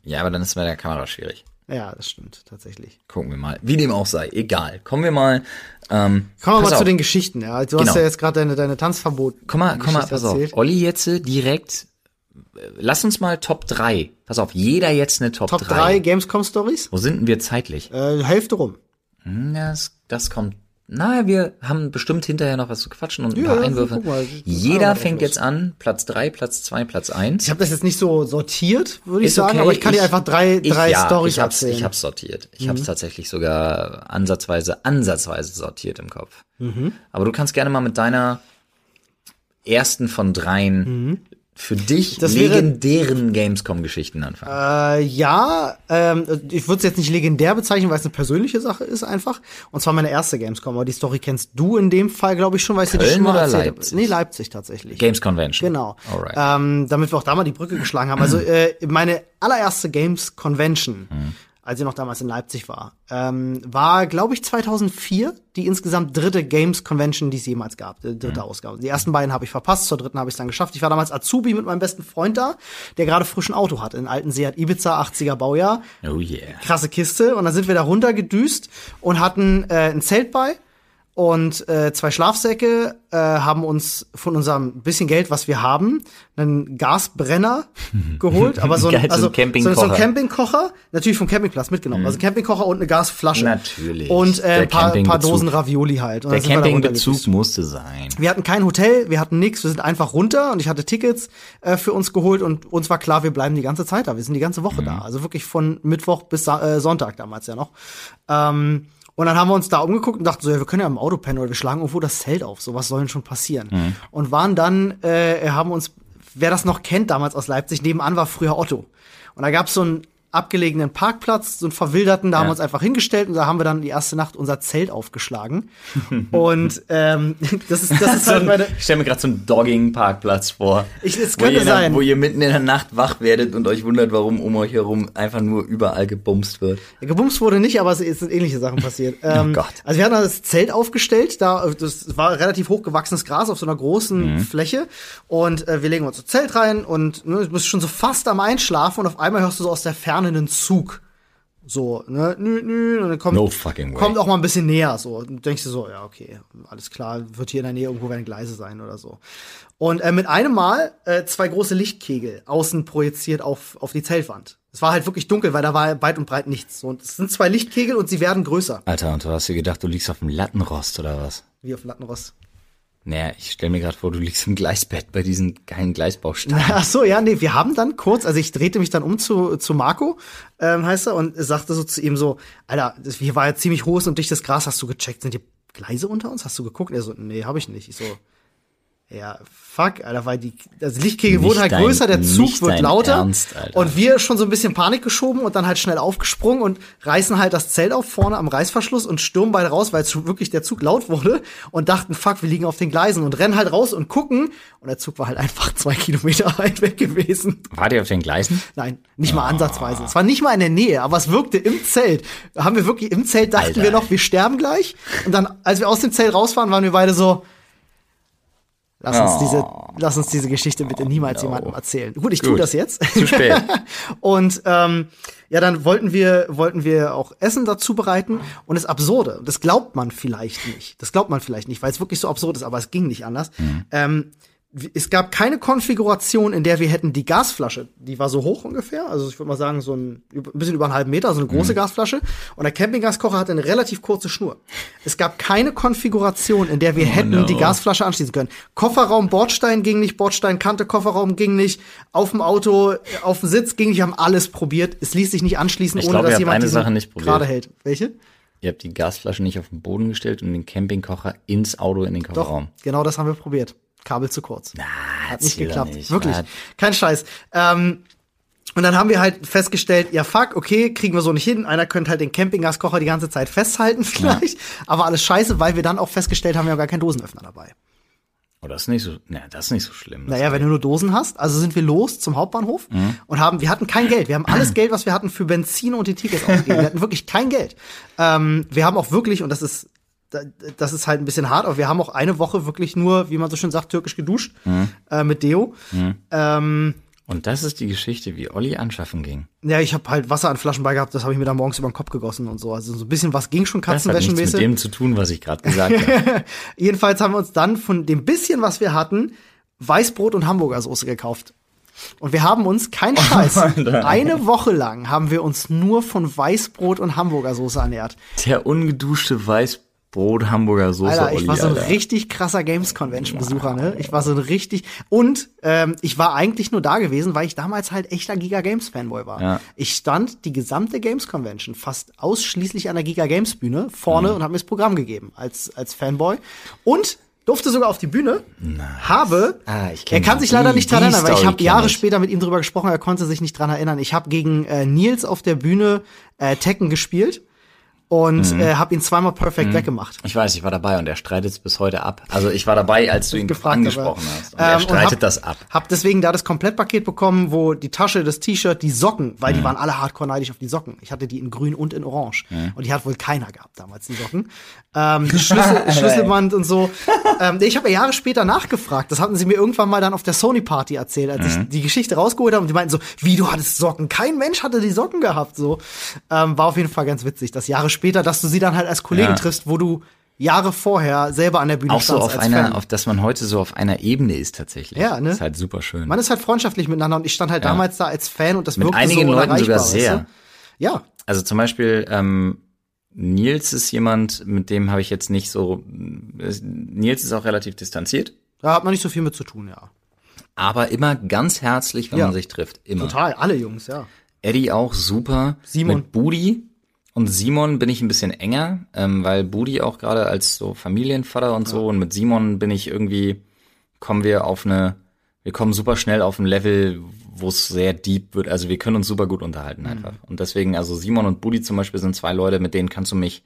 Ja, aber dann ist bei der Kamera schwierig.
Ja, das stimmt, tatsächlich.
Gucken wir mal. Wie dem auch sei, egal. Kommen wir mal, ähm,
Kommen wir
pass
mal
auf.
zu den Geschichten. Ja. Du hast
Genau.
ja jetzt gerade deine, deine Tanzverbot.
Komm mal, komm mal,
Geschichte
pass auf. Oh,
erzählt.
Olli jetzt direkt, äh, lass uns mal Top 3. Pass auf, jeder jetzt eine Top,
Top
3.
3 Gamescom-Stories?
Wo sind denn wir zeitlich?
Äh, Hälfte rum.
Hm, Das, das kommt. Na, wir haben bestimmt hinterher noch was zu quatschen und ein
Ja,
paar
ja,
Einwürfe.
guck mal, ich-
Jeder
ich-
fängt jetzt an. Platz drei, Platz zwei, Platz eins.
Ich habe das jetzt nicht so sortiert, würde ich
Ist
sagen,
okay,
aber ich kann dir
ich-
einfach drei, drei
ja,
Storys Mhm.
ich hab's,
erzählen.
ich hab's sortiert. Ich hab's tatsächlich sogar ansatzweise, ansatzweise sortiert im Kopf.
Mhm.
Aber du kannst gerne mal mit deiner ersten von dreien für dich
Mhm. Das wäre-
legendären Gamescom-Geschichten anfangen.
Äh, ja, ähm, ich würde es jetzt nicht legendär bezeichnen, weil es eine persönliche Sache ist einfach. Und zwar meine erste Gamescom, aber die Story kennst du in dem Fall, glaube ich, schon, weil ich dir die
Köln
schon mal
oder
erzählt habe.
Leipzig?
Nee, Leipzig tatsächlich.
Games Convention.
Genau.
Alright.
Ähm, damit wir auch da mal die Brücke geschlagen haben. Also äh, meine allererste Games Convention, als ich noch damals in Leipzig war, ähm, war, glaube ich, 2004 die insgesamt dritte Games Convention, die es jemals gab. Die dritte Ausgabe. Die ersten beiden habe ich verpasst, zur dritten habe ich es dann geschafft. Ich war damals Azubi mit meinem besten Freund da, der gerade frisch ein Auto hat. In alten Seat Ibiza, 80er Baujahr
oh yeah.
krasse Kiste. Und dann sind wir da runtergedüst und hatten äh, ein Zelt bei und äh, zwei Schlafsäcke, äh, haben uns von unserem bisschen Geld, was wir haben, einen Gasbrenner geholt, aber so ein,
Geil, so ein
also, so,
Campingkocher.
so ein
Mhm.
Campingkocher, natürlich vom Campingplatz mitgenommen. Also Campingkocher und eine Gasflasche.
Natürlich.
Und äh,
Der
ein paar, paar
Campingbezug.
Dosen Ravioli halt. Und
Der
dann sind wir da
Campingbezug musste sein.
wir hatten kein Hotel, wir hatten nichts, wir sind einfach runter und ich hatte Tickets äh, für uns geholt und uns war klar, wir bleiben die ganze Zeit da, wir sind die ganze Woche da. Also wirklich von Mittwoch bis Sa äh, Sonntag damals ja noch. Ähm, und dann haben wir uns da umgeguckt und dachten so, ja, wir können ja im Auto pennen oder wir schlagen irgendwo das Zelt auf, sowas soll denn schon passieren. Und waren dann, äh, haben uns, wer das noch kennt damals aus Leipzig, nebenan war früher Otto. Und da gab's so ein abgelegenen Parkplatz, so einen verwilderten, da haben
Ja.
wir uns einfach hingestellt und da haben wir dann die erste Nacht unser Zelt aufgeschlagen. und ähm, das ist, das ist
So
halt
ein,
meine.
ich stelle mir gerade so einen Dogging-Parkplatz vor.
Ich- es
wo
könnte
ihr, na-
sein.
Wo ihr mitten in der Nacht wach werdet und euch wundert, warum um euch herum einfach nur überall gebumst wird.
Gebumst wurde nicht, aber es es sind ähnliche Sachen passiert. Ähm,
Oh Gott.
Also wir hatten das Zelt aufgestellt, da das war relativ hochgewachsenes Gras auf so einer großen
Mhm.
Fläche und äh, wir legen unser Zelt rein und ne, du bist schon so fast am Einschlafen und auf einmal hörst du so aus der Ferne einen Zug. So, ne, nü, nü, und dann kommt,
No fucking way.
kommt auch mal ein bisschen näher, so. Und denkst du so, ja, okay, alles klar, wird hier in der Nähe irgendwo werden Gleise sein oder so. Und äh, mit einem Mal äh, zwei große Lichtkegel außen projiziert auf, auf die Zeltwand. Es war halt wirklich dunkel, weil da war weit und breit nichts. So, Und es sind zwei Lichtkegel und sie werden größer,
Alter, und du hast dir gedacht, du liegst auf dem Lattenrost oder was?
wie auf Lattenrost.
Naja, ich stelle mir gerade vor, du liegst im Gleisbett bei diesen geilen Gleisbausteinen.
Ach so, ja, nee, wir haben dann kurz, also ich drehte mich dann um zu, zu Marco, ähm, heißt er, und sagte so zu ihm so, Alter, das, hier war ja ziemlich hohes und dichtes Gras, hast du gecheckt, sind hier Gleise unter uns? Hast du geguckt? Er so, nee, habe ich nicht. Ich so, ja, fuck, Alter, weil die, das Lichtkegel
Nicht
wurde halt
dein-
größer, der Zug
nicht
wird
dein
lauter
Ernst, Alter.
und wir schon so ein bisschen Panik geschoben und dann halt schnell aufgesprungen und reißen halt das Zelt auf vorne am Reißverschluss und stürmen beide raus, weil zu- wirklich der Zug laut wurde und dachten, fuck, wir liegen auf den Gleisen und rennen halt raus und gucken und der Zug war halt einfach zwei Kilometer weit weg gewesen.
Wart ihr auf den Gleisen?
Nein, nicht
Ah.
mal ansatzweise. Es war nicht mal in der Nähe, aber es wirkte im Zelt. Da Haben wir wirklich im Zelt dachten
Alter,
wir noch, wir sterben gleich und dann als wir aus dem Zelt raus waren, waren wir beide so Lass uns,
Oh.
diese, lass uns diese Geschichte bitte niemals jemandem erzählen. Gut, ich tue
Gut.
das jetzt.
Zu spät.
Und ähm, ja, dann wollten wir, wollten wir auch Essen dazu bereiten. Und das Absurde, das glaubt man vielleicht nicht. Das glaubt man vielleicht nicht, weil es wirklich so absurd ist, aber es ging nicht anders.
Mhm.
Ähm, w- es gab keine Konfiguration, in der wir hätten die Gasflasche, die war so hoch ungefähr, also ich würde mal sagen, so ein, üb- ein bisschen über einen halben Meter, so eine
Mhm.
große Gasflasche. Und der Campinggaskocher hatte eine relativ kurze Schnur. Es gab keine Konfiguration, in der wir
Oh
hätten die Gasflasche anschließen können. Kofferraum, Bordstein ging nicht, Bordstein, Kante, Kofferraum ging nicht, auf dem Auto, äh, auf dem Sitz ging nicht, wir haben alles probiert. Es ließ sich nicht anschließen,
Ich
ohne
glaub, ihr
dass
habt
jemand
eine
diesen
Sache nicht probiert.
gerade hält. Welche?
Ihr habt die Gasflasche nicht auf den Boden gestellt und den Campingkocher ins Auto in den
Doch,
Kofferraum.
genau das haben wir probiert. Kabel zu kurz.
Ah,
Hat nicht
erzähl doch
geklappt.
nicht.
Wirklich.
Ah,
Kein Scheiß. Ähm, und dann haben wir halt festgestellt, ja fuck, okay, kriegen wir so nicht hin. Einer könnte halt den Campinggaskocher die ganze Zeit festhalten vielleicht. Aber alles scheiße, weil wir dann auch festgestellt haben, wir haben gar keinen Dosenöffner dabei.
Oh, das ist nicht so, na, das ist nicht so schlimm. Das-
Naja, wenn du nur Dosen hast, also sind wir los zum Hauptbahnhof und haben, wir hatten kein Geld. Wir haben alles Geld, was wir hatten, für Benzin und die Tickets ausgegeben. Wir hatten wirklich kein Geld. Ähm, wir haben auch wirklich, und das ist, da- das ist halt ein bisschen hart, aber wir haben auch eine Woche wirklich nur, wie man so schön sagt, türkisch geduscht äh, mit Deo. Ähm,
Und das ist die Geschichte, wie Olli anschaffen ging.
ja, ich habe halt Wasser an Flaschen bei gehabt, das habe ich mir dann morgens über den Kopf gegossen und so. Also so ein bisschen was ging schon
Das hat nichts mit
Katzenwäschenmäßig.
dem zu tun, was ich gerade gesagt habe.
Jedenfalls haben wir uns dann von dem bisschen, was wir hatten, Weißbrot und Hamburger Soße gekauft. Und wir haben uns, kein
Oh
Scheiß,
Alter.
eine Woche lang haben wir uns nur von Weißbrot und Hamburger Soße ernährt.
Der ungeduschte Weißbrot Hamburger Soße,
Alter,
Olli.
ich war so ein
Alter.
richtig krasser Games Convention Besucher, ne? Ich war so ein richtig und ähm, ich war eigentlich nur da gewesen, weil ich damals halt echter Giga Games Fanboy war.
Ja.
Ich stand die gesamte Games Convention fast ausschließlich an der Giga Games Bühne
Mhm.
vorne und habe mir das Programm gegeben als als Fanboy und durfte sogar auf die Bühne, habe,
Ah, ich
er
kenn
kann
die-
sich leider nicht dran
die
erinnern, weil ich
Story
habe
kenn
Jahre
ich.
später mit ihm drüber gesprochen, er konnte sich nicht dran erinnern. Ich habe gegen äh, Nils auf der Bühne äh, Tekken gespielt und
Mhm.
äh, habe ihn zweimal perfekt weggemacht.
Ich weiß, ich war dabei und er streitet es bis heute ab. Also ich war dabei, als du ihn
gefragt,
angesprochen
aber,
hast. Und er
ähm,
streitet
hab,
das ab.
Hab deswegen da das Komplettpaket bekommen, wo die Tasche, das T-Shirt, die Socken, weil
Mhm.
die waren alle hardcore neidisch auf die Socken. Ich hatte die in grün und in orange. Und die hat wohl keiner gehabt damals, die Socken. Ähm, Schlüssel, Schlüsselband und so. Ähm, nee, ich habe ja Jahre später nachgefragt. Das hatten sie mir irgendwann mal dann auf der Sony-Party erzählt, als
Mhm.
ich die Geschichte rausgeholt habe. Und die meinten so, wie, du hattest Socken? Kein Mensch hatte die Socken gehabt. So ähm, War auf jeden Fall ganz witzig, dass Jahre später, dass du sie dann halt als Kollegen
Ja.
triffst, wo du Jahre vorher selber an der Bühne
Auch so
standst
auf
als Fan.
einer, auf, dass man heute so auf einer Ebene ist tatsächlich.
Ja, ne?
Ist halt super schön.
Man ist halt freundschaftlich miteinander und ich stand halt damals da als Fan und das
Mit
wirkte
einigen
so
Leuten sogar
unerreichbar,
sehr.
Weißt du? Ja,
Also zum Beispiel ähm, Nils ist jemand, mit dem habe ich jetzt nicht so. Nils ist auch relativ distanziert,
da hat man nicht so viel mit zu tun, ja.
aber immer ganz herzlich, wenn
Ja.
man sich trifft. Immer.
Total, alle Jungs, ja.
Eddie auch super.
Simon.
Mit Budi und Simon bin ich ein bisschen enger, ähm, weil Budi auch gerade als so Familienvater und so und mit Simon bin ich irgendwie kommen wir auf eine wir wir kommen super schnell auf ein Level, wo es sehr deep wird. Also wir können uns super gut unterhalten einfach. Und deswegen, also Simon und Buddy zum Beispiel sind zwei Leute, mit denen kannst du mich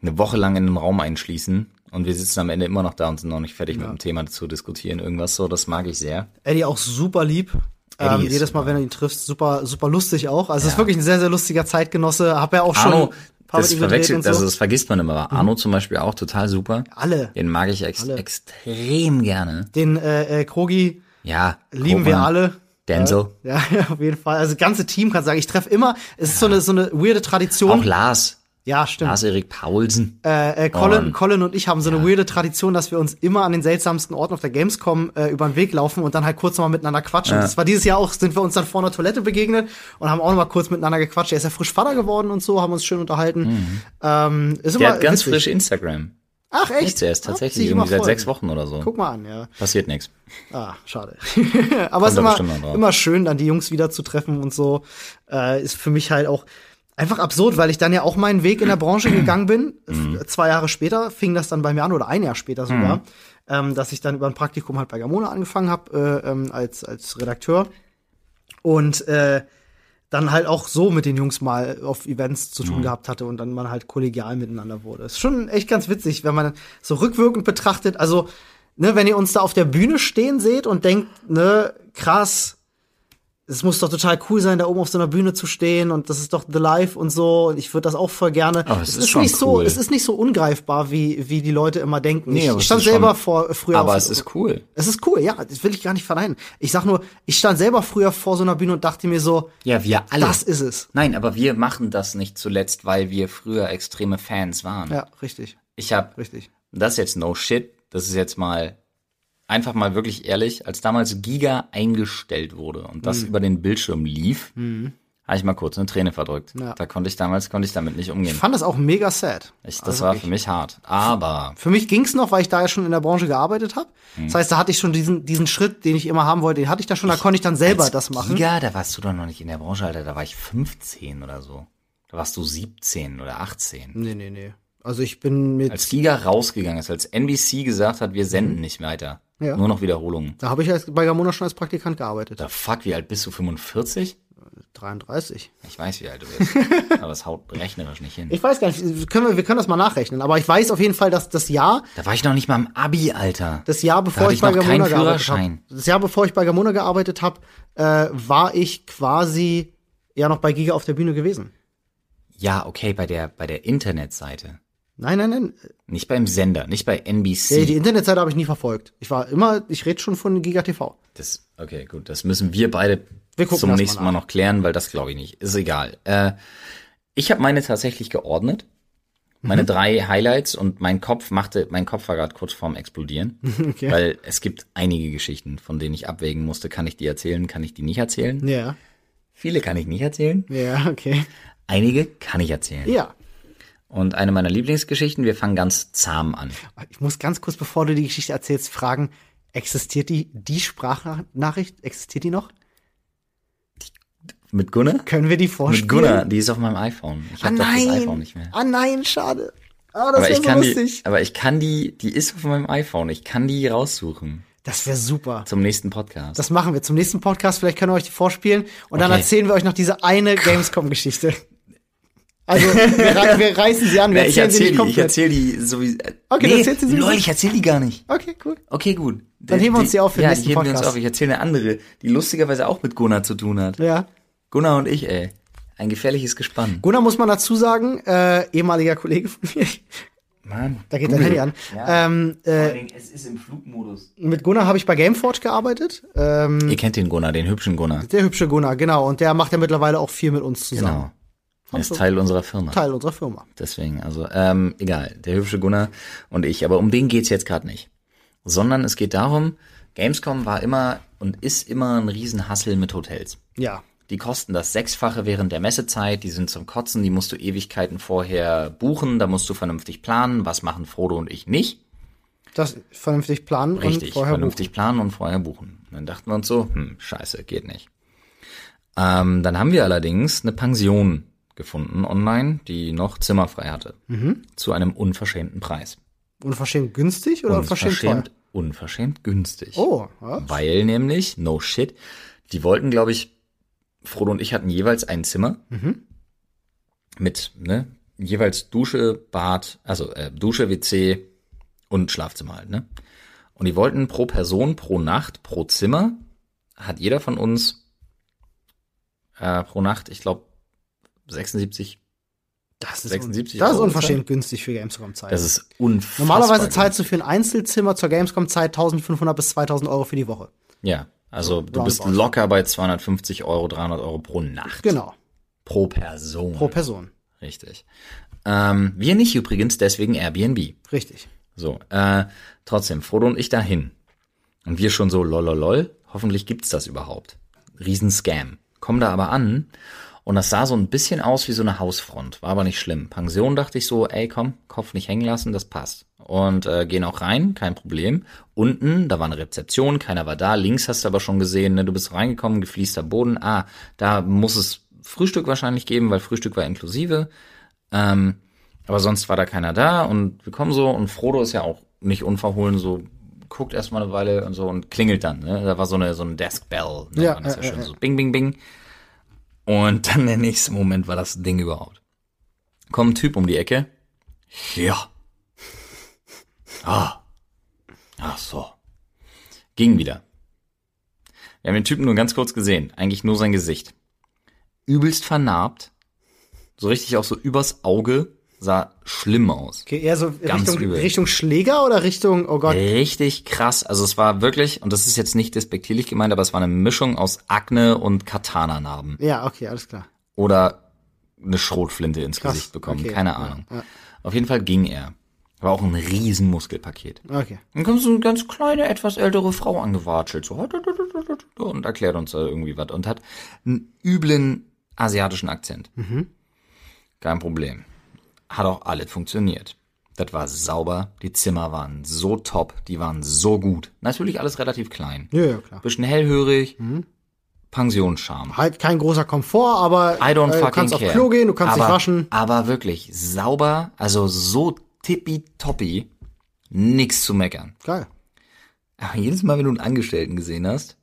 eine Woche lang in einem Raum einschließen und wir sitzen am Ende immer noch da und sind noch nicht fertig mit dem Thema zu diskutieren. Irgendwas so, das mag ich sehr.
Eddie auch super lieb.
Eddie
Ähm,
ist
jedes Mal,
super.
wenn du ihn triffst, super, super lustig auch. Also es ist
Ja.
wirklich ein sehr, sehr lustiger Zeitgenosse. Hab ja auch schon
Arno,
ein paar
das
mit ihm gedreht
verwechselt,
und so.
also das vergisst man immer. Aber Arno zum Beispiel auch total super.
alle.
Den mag ich ex extrem gerne.
Den äh, äh, Krogi
Ja.
lieben
Roman,
wir alle.
Denzel.
Ja, ja, auf jeden Fall. Also das ganze Team kann sagen, ich treffe immer, es ist so eine so eine weirde
Auch
Tradition.
Lars.
ja, stimmt.
Lars Erik Paulsen.
Äh, äh, Colin,
Und-
Colin und ich haben so eine weirde Tradition, dass wir uns immer an den seltsamsten Orten auf der Gamescom äh, über den Weg laufen und dann halt kurz nochmal miteinander quatschen. Das war dieses Jahr auch, sind wir uns dann vor einer Toilette begegnet und haben auch nochmal kurz miteinander gequatscht. Er ist ja frisch Vater geworden und so, haben uns schön unterhalten. Ähm, ist
Mhm. Der
immer
hat ganz
witzig.
frisch Instagram.
Ach, echt?
Nichts erst,
Ah, muss
tatsächlich
ich immer
irgendwie seit
folgen.
sechs Wochen oder so.
Guck mal an, ja.
Passiert nichts.
Ah, schade. Aber es
da
ist
bestimmt noch
immer,
drauf.
immer schön, dann die Jungs wieder zu treffen und so. Äh, ist für mich halt auch einfach absurd, weil ich dann ja auch meinen Weg in der Branche gegangen bin.
Mhm.
F- Zwei Jahre später fing das dann bei mir an oder ein Jahr später sogar, ähm, dass ich dann über ein Praktikum halt bei Gamona angefangen habe äh, ähm, als, als Redakteur. Und äh, dann halt auch so mit den Jungs mal auf Events zu
Mhm.
tun gehabt hatte und dann man halt kollegial miteinander wurde. Ist schon echt ganz witzig, wenn man so rückwirkend betrachtet. Also, ne, wenn ihr uns da auf der Bühne stehen seht und denkt, ne, krass, es muss doch total cool sein, da oben auf so einer Bühne zu stehen und das ist doch The Life und so und ich würde das auch voll gerne.
Aber es ist schon
nicht so,
cool.
es ist nicht so ungreifbar, wie, wie die Leute immer denken.
Nee,
ich
aber es
stand
ist schon-
selber vor, früher
Aber
auf-
es ist cool.
es ist cool, ja, das will ich gar nicht verneinen. Ich sag nur, ich stand selber früher vor so einer Bühne und dachte mir so,
Ja, wir alle.
das ist es.
Nein, aber wir machen das nicht zuletzt, weil wir früher extreme Fans waren.
Ja, richtig,
Ich habe
richtig.
das ist jetzt no shit, das ist jetzt mal einfach mal wirklich ehrlich, als damals Giga eingestellt wurde und
Mhm.
das über den Bildschirm lief, habe ich mal kurz eine Träne verdrückt.
Ja.
Da konnte ich damals konnte ich damit nicht
Ich
umgehen.
fand das auch mega sad.
Ich, das
Also
war
ich-
für mich hart. Aber
Für mich ging's noch, weil ich da ja schon in der Branche gearbeitet habe. Das heißt, da hatte ich schon diesen, diesen Schritt, den ich immer haben wollte, den hatte ich da schon, da konnte ich dann selber das machen.
Giga, da warst du doch noch nicht in der Branche, Alter, da war ich 15 oder so. Da warst du 17 oder 18.
Nee, nee, nee. Also ich bin mit,
Als Giga rausgegangen ist, als NBC gesagt hat, wir senden nicht weiter.
Mhm. Ja.
Nur noch Wiederholungen.
da habe ich als, bei Gamona schon als Praktikant gearbeitet.
Da fuck, wie alt bist du? 45?
33.
Ich weiß, wie alt du bist. aber es haut rechnerisch nicht hin.
Ich weiß gar nicht, können wir, wir können das mal nachrechnen, aber ich weiß auf jeden Fall, dass das Jahr
Da war ich noch nicht mal im Abi, Alter.
Das Jahr,
Da
bevor
hatte
ich,
ich
bei
noch
Gamona
keinen
gearbeitet habe,
Führerschein.
das Jahr, bevor ich bei Gamona gearbeitet habe, äh, war ich quasi ja noch bei Giga auf der Bühne gewesen.
Ja, okay, bei der, bei der Internetseite.
Nein, nein, nein. Äh,
Nicht beim Sender, nicht bei
Die,
NBC.
die Internetseite habe ich nie verfolgt. Ich war immer, ich rede schon von Giga TV.
Das, okay, gut, das müssen wir beide
Wir gucken
zum
das mal
nächsten Mal noch klären, weil das glaube ich nicht. Ist egal. Äh, ich habe meine tatsächlich geordnet.
Mhm.
Meine drei Highlights und mein Kopf machte, mein Kopf war gerade kurz vorm Explodieren.
Okay.
Weil es gibt einige Geschichten, von denen ich abwägen musste, kann ich die erzählen, kann ich die nicht erzählen.
Ja,
Viele kann ich nicht erzählen.
ja, okay.
Einige kann ich erzählen.
Ja.
Und eine meiner Lieblingsgeschichten, wir fangen ganz zahm an.
Ich muss ganz kurz, bevor du die Geschichte erzählst, fragen, existiert die, die Sprachnachricht, existiert die noch?
Mit Gunnar?
Können wir die vorstellen?
Mit Gunnar, die ist auf meinem iPhone. Ich
Oh, Ah
habe doch das iPhone
nein.
nicht mehr.
Ah nein, schade. Ah, das
Aber
wäre
ich
so
kann
lustig.
die, aber ich kann die, die ist auf meinem iPhone. Ich kann die raussuchen
Das wäre super.
zum nächsten Podcast.
Das machen wir zum nächsten Podcast. Vielleicht können wir euch die vorspielen und dann
Okay.
erzählen wir euch noch diese eine Gamescom-Geschichte. Also wir, rei wir reißen sie an, wir
Na, Äh, ich
erzählen sie
erzähle
nicht
die, ich erzähle
komplett.
die sowieso.
Okay, du erzählst sie sowieso.
Lol, ich erzähle die gar nicht.
okay, cool.
Okay, gut.
Dann heben wir uns die auf für den
ja,
nächsten
die heben wir uns
Podcast.
auf. Ich erzähle eine andere, die lustigerweise auch mit Gunnar zu tun hat.
Ja.
Gunnar und ich, ey. Ein gefährliches Gespann.
Gunnar muss man dazu sagen, äh, ehemaliger Kollege von mir,
Mann.
da geht dein Handy an. Ähm, äh,
es ist im Flugmodus.
mit Gunnar habe ich bei Gameforge gearbeitet. Ähm,
Ihr kennt den Gunnar, den hübschen Gunnar.
der hübsche Gunnar, genau. Und der macht ja mittlerweile auch viel mit uns zusammen.
Genau. Er ist Teil unserer Firma.
Teil unserer Firma.
Deswegen, also, ähm, egal, der hübsche Gunnar und ich, aber um den geht's jetzt gerade nicht. Sondern es geht darum, Gamescom war immer und ist immer ein Riesenhassel mit Hotels.
Ja.
Die kosten das Sechsfache während der Messezeit, die sind zum Kotzen, die musst du Ewigkeiten vorher buchen, da musst du vernünftig planen, was machen Frodo und ich nicht.
Das vernünftig planen und
Richtig,
vorher
vernünftig planen und vorher buchen. Und dann dachten wir uns so, hm, scheiße, geht nicht. Ähm, dann haben wir allerdings eine Pension gefunden online, die noch
Mhm.
Zimmer frei hatte. Zu einem unverschämten Preis.
buchen. Unverschämt günstig oder unverschämt teuer?
unverschämt günstig.
Oh, ja.
Weil nämlich, no shit, die wollten, glaube ich, Frodo und ich hatten jeweils ein Zimmer
Mhm.
mit, ne, jeweils Dusche, Bad, also äh, Dusche, WC und Schlafzimmer halt, ne? Und die wollten pro Person, pro Nacht, pro Zimmer, hat jeder von uns äh, pro Nacht, ich glaube, 76,
Das ist,
76
das ist
Euro
unverschämt günstig für Gamescom-Zeit.
das ist unfassbar.
Normalerweise
günstig.
zahlst du für ein Einzelzimmer zur Gamescom-Zeit 1500 bis 2000 Euro für die Woche.
Ja, also du bist
roundabout.
locker bei 250 Euro, 300 Euro pro Nacht.
Genau,
Pro Person.
pro Person.
Richtig. Ähm, wir nicht übrigens, deswegen Airbnb.
Richtig.
So, äh, trotzdem, Frodo und ich dahin. Und wir schon so, lololol, hoffentlich gibt's das überhaupt. Riesenscam. Kommen da aber an und das sah so ein bisschen aus wie so eine Hausfront, war aber nicht schlimm. Pension dachte ich so, ey komm, Kopf nicht hängen lassen, das passt. Und äh, gehen auch rein, kein Problem. Unten, da war eine Rezeption, keiner war da. Links hast du aber schon gesehen, ne? du bist reingekommen, gefliester Boden. Ah, da muss es Frühstück wahrscheinlich geben, weil Frühstück war inklusive. Ähm, aber sonst war da keiner da und wir kommen so und Frodo ist ja auch nicht unverhohlen, so guckt erstmal eine Weile und so und klingelt dann. Ne? Da war so eine, so eine Desk Bell, ne?
Ja,
man das ja
äh,
schön, so bing, bing, bing. Und dann der nächste Moment war das Ding überhaupt. Kommt ein Typ um die Ecke. Ja. Ah. Ach so. Ging wieder. Wir haben den Typen nur ganz kurz gesehen. Eigentlich nur sein Gesicht. Übelst vernarbt. So richtig auch so übers Auge. Sah schlimm aus.
Okay, eher so
Ganz
Richtung,
übel.
Richtung Schläger oder Richtung, oh Gott,
Richtig krass. Also es war wirklich, und das ist jetzt nicht despektierlich gemeint, aber es war eine Mischung aus Akne und Katana-Narben.
ja, okay, alles klar.
Oder eine Schrotflinte ins
Krass,
Gesicht bekommen.
okay,
Keine
ja,
Ahnung. Auf jeden Fall ging er. War auch ein riesen Muskelpaket.
Okay.
Dann kommt so eine ganz kleine, etwas ältere Frau angewatschelt, so und erklärt uns da irgendwie was und hat einen üblen asiatischen Akzent.
Mhm.
Kein Problem. Hat auch alles funktioniert. Das war sauber, die Zimmer waren so top, die waren so gut. Natürlich alles relativ klein.
Ja, Mhm. ja, klar.
Bisschen hellhörig, Pensionscharme.
Halt kein großer Komfort, aber
I don't
äh,
fucking
du kannst
care.
auf Klo gehen, du kannst
aber,
dich waschen.
Aber wirklich sauber, also so tippitoppi, nix zu meckern.
Geil.
Aber jedes Mal, wenn du einen Angestellten gesehen hast,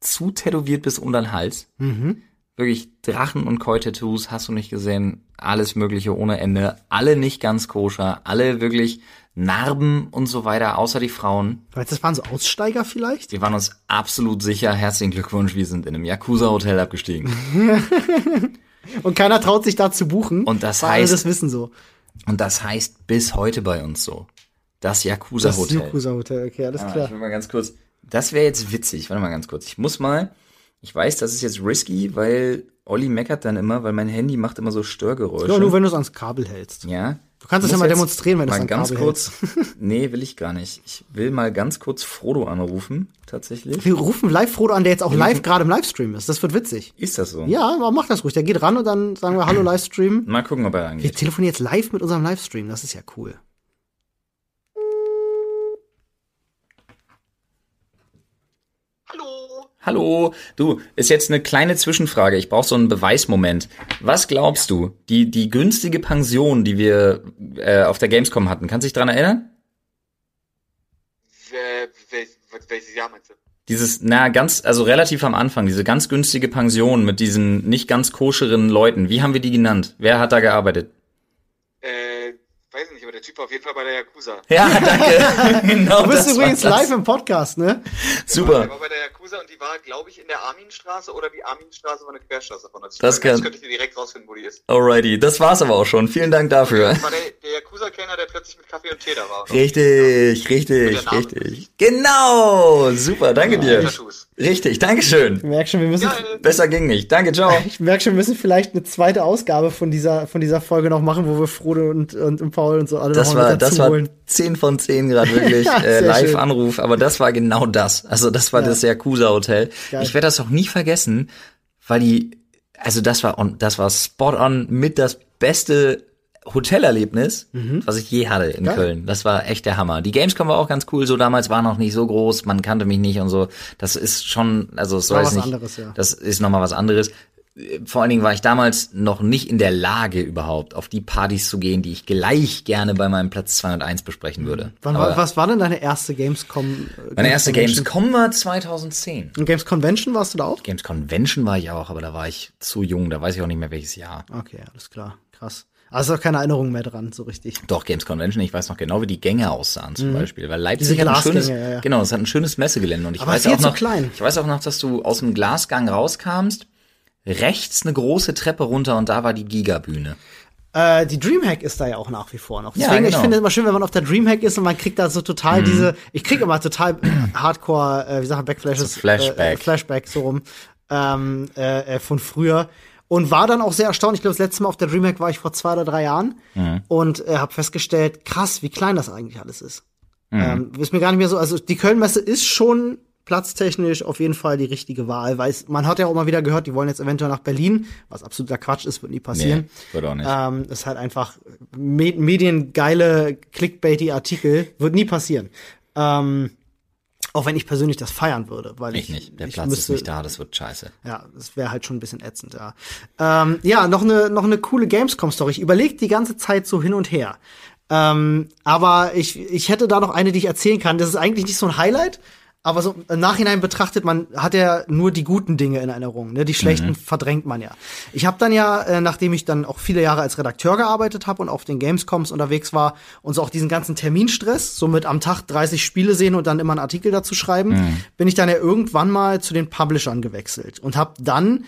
zu tätowiert bis unter den Hals,
Mhm.
wirklich Drachen- und Koi-Tattoos hast du nicht gesehen, alles Mögliche ohne Ende, alle nicht ganz koscher, alle wirklich Narben und so weiter, außer die Frauen.
Weißt du, das waren so Aussteiger vielleicht?
Wir waren uns absolut sicher, herzlichen Glückwunsch, wir sind in einem Yakuza-Hotel abgestiegen.
Und keiner traut sich da zu buchen.
Und das
weil alle
heißt-
das wissen so.
Und das heißt bis heute bei uns so. Das
Das ist
Yakuza-Hotel.
Yakuza Hotel, okay, alles
Ah,
klar.
Ich will mal ganz kurz. Das wäre jetzt witzig. Warte mal ganz kurz. Ich muss mal. Ich weiß, das ist jetzt risky, weil Olli meckert dann immer, weil mein Handy macht immer so Störgeräusche.
Ja, nur wenn du es ans Kabel hältst.
ja. Du
kannst das ja mal demonstrieren, wenn du es
mal
am
ganz
Kabel
kurz. nee, will ich gar nicht. Ich will mal ganz kurz Frodo anrufen, tatsächlich.
Wir rufen live Frodo an, der jetzt auch live gerade im Livestream ist. Das wird witzig.
Ist das so?
Ja, aber mach das ruhig. Der geht ran und dann sagen wir Hallo Livestream.
Mal gucken, ob er
Wir
angeht.
telefonieren jetzt live mit unserem Livestream. Das ist ja cool.
Hallo.
Hallo, du, ist jetzt eine kleine Zwischenfrage. Ich brauche so einen Beweismoment. Was glaubst du, die, die günstige Pension, die wir äh, auf der Gamescom hatten, kannst du dich dran erinnern?
Wel wel- wel- welches Jahr meinst du?
dieses, na, ganz, also relativ am Anfang, diese ganz günstige Pension mit diesen nicht ganz koscheren Leuten, wie haben wir die genannt? Wer hat da gearbeitet?
Äh, weiß ich nicht, aber der Typ war auf jeden Fall bei der Yakuza.
Ja, danke. genau,
Du
das
bist
war
übrigens
das.
live im Podcast, ne?
Der
Super.
war bei der Yakuza und die war, glaube ich, in der Arminstraße oder die Arminstraße war eine Querstraße von der
Das kann-
könnte ich dir direkt rausfinden, wo die ist.
Alrighty, das war's aber auch schon. Vielen Dank dafür.
Das war der, der Yakuza-Kenner, der plötzlich mit Kaffee und Tee da war.
Richtig, richtig, richtig. Genau, super, danke dir.
Tattoos.
Richtig, Dankeschön.
Ich merk schon, wir müssen,
Geil.
Besser ging nicht. Danke, ciao.
ich merk schon, wir müssen vielleicht eine zweite Ausgabe von dieser, von dieser Folge noch machen, wo wir Frodo und, und, und Paul und so alle
Das
noch mal
war,
mit dazu
das war
holen.
10 von 10 gerade wirklich
Ja,
äh,
sehr schön.
Live-Anruf, aber das war genau das. Also das war das Yakuza-Hotel.
Geil.
Ich werde das auch nie vergessen, weil die, also das war on, das war spot on mit das beste Hotelerlebnis,
Mhm.
was ich je hatte in Köln. Das war echt der Hammer. Die Gamescom war auch ganz cool, so damals war noch nicht so groß, man kannte mich nicht und so. Das ist schon, also es soll
War
jetzt
was
nicht,
anderes, ja.
das ist nochmal was anderes. äh, vor allen Dingen war ich damals noch nicht in der Lage überhaupt, auf die Partys zu gehen, die ich gleich gerne bei meinem Platz 2 und 1 besprechen würde.
Mhm. Wann,
Aber
war- was war denn deine erste Gamescom? äh,
meine erste
Convention?
Gamescom war 2010.
Und Games Convention warst du da auch?
Games Convention war ich auch, aber da war ich zu jung, da weiß ich auch nicht mehr welches Jahr.
Okay, alles klar. Krass. Also ist auch keine Erinnerung mehr dran, so richtig.
Doch, Games Convention, ich weiß noch genau, wie die Gänge aussahen zum Beispiel. Weil Leipzig
Mhm. Diese
hat ein schönes,
Glasgänge, ja, ja.
genau, es hat ein schönes Messegelände. Und ich
Aber
weiß
viel
auch
zu
noch,
klein.
ich weiß auch noch, dass du aus dem Glasgang rauskamst, rechts eine große Treppe runter und da war die Gigabühne.
Äh, die Dreamhack ist da ja auch nach wie vor noch.
Ja,
Deswegen, ich
genau. Mhm.
finde es immer schön, wenn man auf der Dreamhack ist und man kriegt da so total diese, ich krieg immer total Hardcore, äh, wie sagt man, Backflashes.
So Flashback.
Äh, Flashback, so rum, ähm, äh, äh, von früher. Und war dann auch sehr erstaunt. Ich glaube, das letzte Mal auf der Dreamhack war ich vor zwei oder drei Jahren
Mhm.
und äh, habe festgestellt, krass, wie klein das eigentlich alles ist.
Mhm.
Ähm, ist mir gar nicht mehr so, also die Kölnmesse ist schon platztechnisch auf jeden Fall die richtige Wahl, weil es, man hat ja auch mal wieder gehört, die wollen jetzt eventuell nach Berlin, was absoluter Quatsch ist, wird nie passieren.
wird auch nicht.
Ähm, ist halt einfach me mediengeile, clickbaity Artikel. Wird nie passieren. Ähm, auch wenn ich persönlich das feiern würde, weil ich,
ich nicht. Der
ich
Platz ist
müsste,
nicht da, das wird scheiße.
Ja, das wäre halt schon ein bisschen ätzend, ja. Ähm, ja, noch eine, noch eine coole Gamescom-Story. Ich überlege die ganze Zeit so hin und her. Ähm, aber ich, ich hätte da noch eine, die ich erzählen kann. Das ist eigentlich nicht so ein Highlight, aber so im Nachhinein betrachtet, man hat ja nur die guten Dinge in Erinnerung. Ne? Die schlechten verdrängt man ja. Ich habe dann ja, äh, nachdem ich dann auch viele Jahre als Redakteur gearbeitet habe und auf den Gamescoms unterwegs war und so auch diesen ganzen Terminstress, so mit am Tag 30 Spiele sehen und dann immer einen Artikel dazu schreiben, bin ich dann ja irgendwann mal zu den Publishern gewechselt und habe dann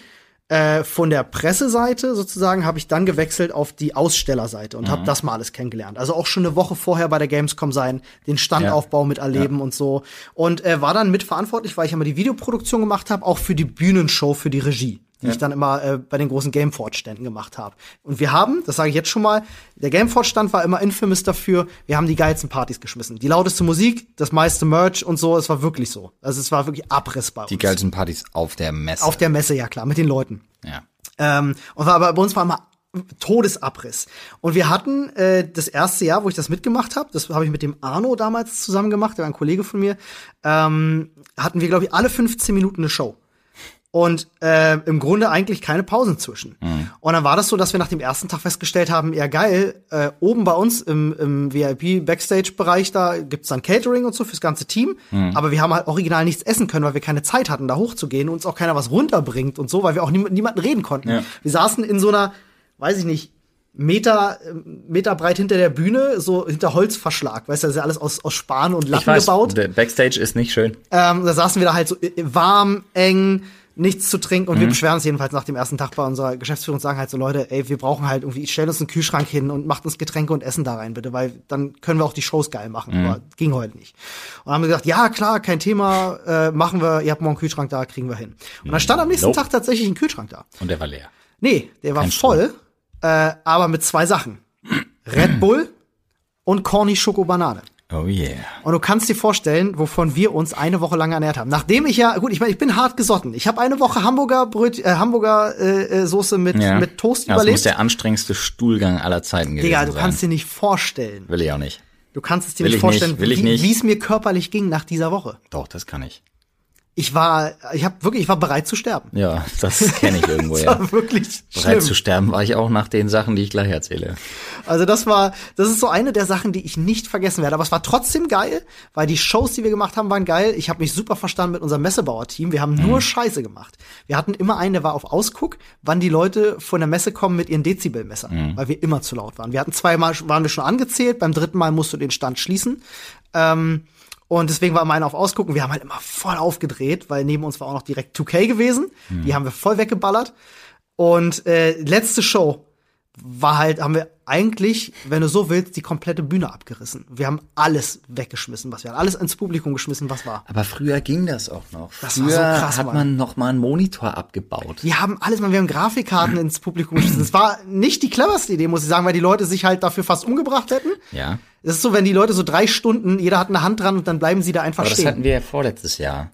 äh, von der Presseseite sozusagen habe ich dann gewechselt auf die Ausstellerseite und hab habe das mal alles kennengelernt. Also auch schon eine Woche vorher bei der Gamescom sein, den Standaufbau miterleben und so. Und äh, war dann mitverantwortlich, weil ich immer die Videoproduktion gemacht habe, auch für die Bühnenshow, für die Regie, die ich dann immer äh, bei den großen Gameforge-Ständen gemacht habe. Und wir haben, das sage ich jetzt schon mal, der Gameforge-Stand war immer infamous dafür, wir haben die geilsten Partys geschmissen. Die lauteste Musik, das meiste Merch und so, es war wirklich so. Also es war wirklich Abriss bei uns.
Die geilsten Partys auf der Messe.
Auf der Messe, ja klar, mit den Leuten.
ja.
Ähm, und war aber bei uns war immer Todesabriss. Und wir hatten äh, das erste Jahr, wo ich das mitgemacht habe, das habe ich mit dem Arno damals zusammen gemacht, der war ein Kollege von mir, ähm, hatten wir, glaube ich, alle 15 Minuten eine Show. Und äh, im Grunde eigentlich keine Pausen zwischen.
Mhm.
Und dann war das so, dass wir nach dem ersten Tag festgestellt haben, ja geil, äh, oben bei uns im, im VIP-Backstage-Bereich, da gibt's dann Catering und so fürs ganze Team.
Mhm.
Aber wir haben halt original nichts essen können, weil wir keine Zeit hatten, da hochzugehen und uns auch keiner was runterbringt und so, weil wir auch nie, niemanden reden konnten.
Ja.
Wir saßen in so einer, weiß ich nicht, Meter, äh, Meter breit hinter der Bühne, so hinter Holzverschlag, weißt du, das ist ja alles aus, aus Span und Latten
Ich weiß,
gebaut.
der Backstage ist nicht schön.
Ähm, da saßen wir da halt so äh, warm, eng, nichts zu trinken
Mhm.
und wir beschweren uns jedenfalls nach dem ersten Tag bei unserer Geschäftsführung und sagen halt so, Leute, ey, wir brauchen halt irgendwie, stellt uns einen Kühlschrank hin und macht uns Getränke und Essen da rein, bitte, weil dann können wir auch die Shows geil machen.
Mhm.
Aber ging heute nicht. Und dann haben wir gesagt, ja, klar, kein Thema, äh, machen wir, ihr habt morgen einen Kühlschrank da, kriegen wir hin. Und dann stand am nächsten
Mhm. Nope.
Tag tatsächlich ein Kühlschrank da.
Und der war leer.
Nee, der war
Kein
voll, äh, aber mit zwei Sachen. Red Bull und Corny Schoko Banane.
Oh yeah.
Und du kannst dir vorstellen, wovon wir uns eine Woche lang ernährt haben. Nachdem ich ja, gut, ich meine, ich bin hart gesotten. Ich habe eine Woche Hamburger Bröt, äh, Hamburger äh, äh, Soße mit
Ja.
mit Toast
ja, Das muss
überlebt.
der anstrengendste Stuhlgang aller Zeiten gewesen
Digga, du
sein.
kannst dir nicht vorstellen.
Will ich auch nicht.
Du kannst es dir
Will
nicht
ich nicht,
vorstellen,
will ich
wie
nicht.
wie es mir körperlich ging nach dieser Woche.
Doch, das kann ich.
Ich war, ich habe wirklich, ich war bereit zu sterben.
Ja, das kenne ich irgendwo,
Das
ja.
war wirklich schlimm.
Bereit zu sterben war ich auch nach den Sachen, die ich gleich erzähle.
Also das war, das ist so eine der Sachen, die ich nicht vergessen werde. Aber es war trotzdem geil, weil die Shows, die wir gemacht haben, waren geil. Ich habe mich super verstanden mit unserem Messebauer-Team. Wir haben nur Scheiße gemacht. Wir hatten immer einen, der war auf Ausguck, wann die Leute von der Messe kommen mit ihren Dezibelmessern, weil wir immer zu laut waren. Wir hatten zweimal, waren wir schon angezählt, beim dritten Mal musst du den Stand schließen. Ähm, und deswegen war meine auf Ausgucken. Wir haben halt immer voll aufgedreht, weil neben uns war auch noch direkt 2K gewesen. Die haben wir voll weggeballert. Und äh, letzte Show war halt, haben wir eigentlich, wenn du so willst, die komplette Bühne abgerissen. Wir haben alles weggeschmissen, was wir hatten. Alles ins Publikum geschmissen, was war.
Aber früher ging das auch noch.
Das war
früher
so krass,
hat
Mann.
man noch mal einen Monitor abgebaut.
Wir haben alles, wir haben Grafikkarten ins Publikum geschmissen. Das war nicht die cleverste Idee, muss ich sagen, weil die Leute sich halt dafür fast umgebracht hätten.
Ja.
Es ist so, wenn die Leute so drei Stunden, jeder hat eine Hand dran und dann bleiben sie da einfach
Aber das hatten
stehen.
wir ja vorletztes Jahr.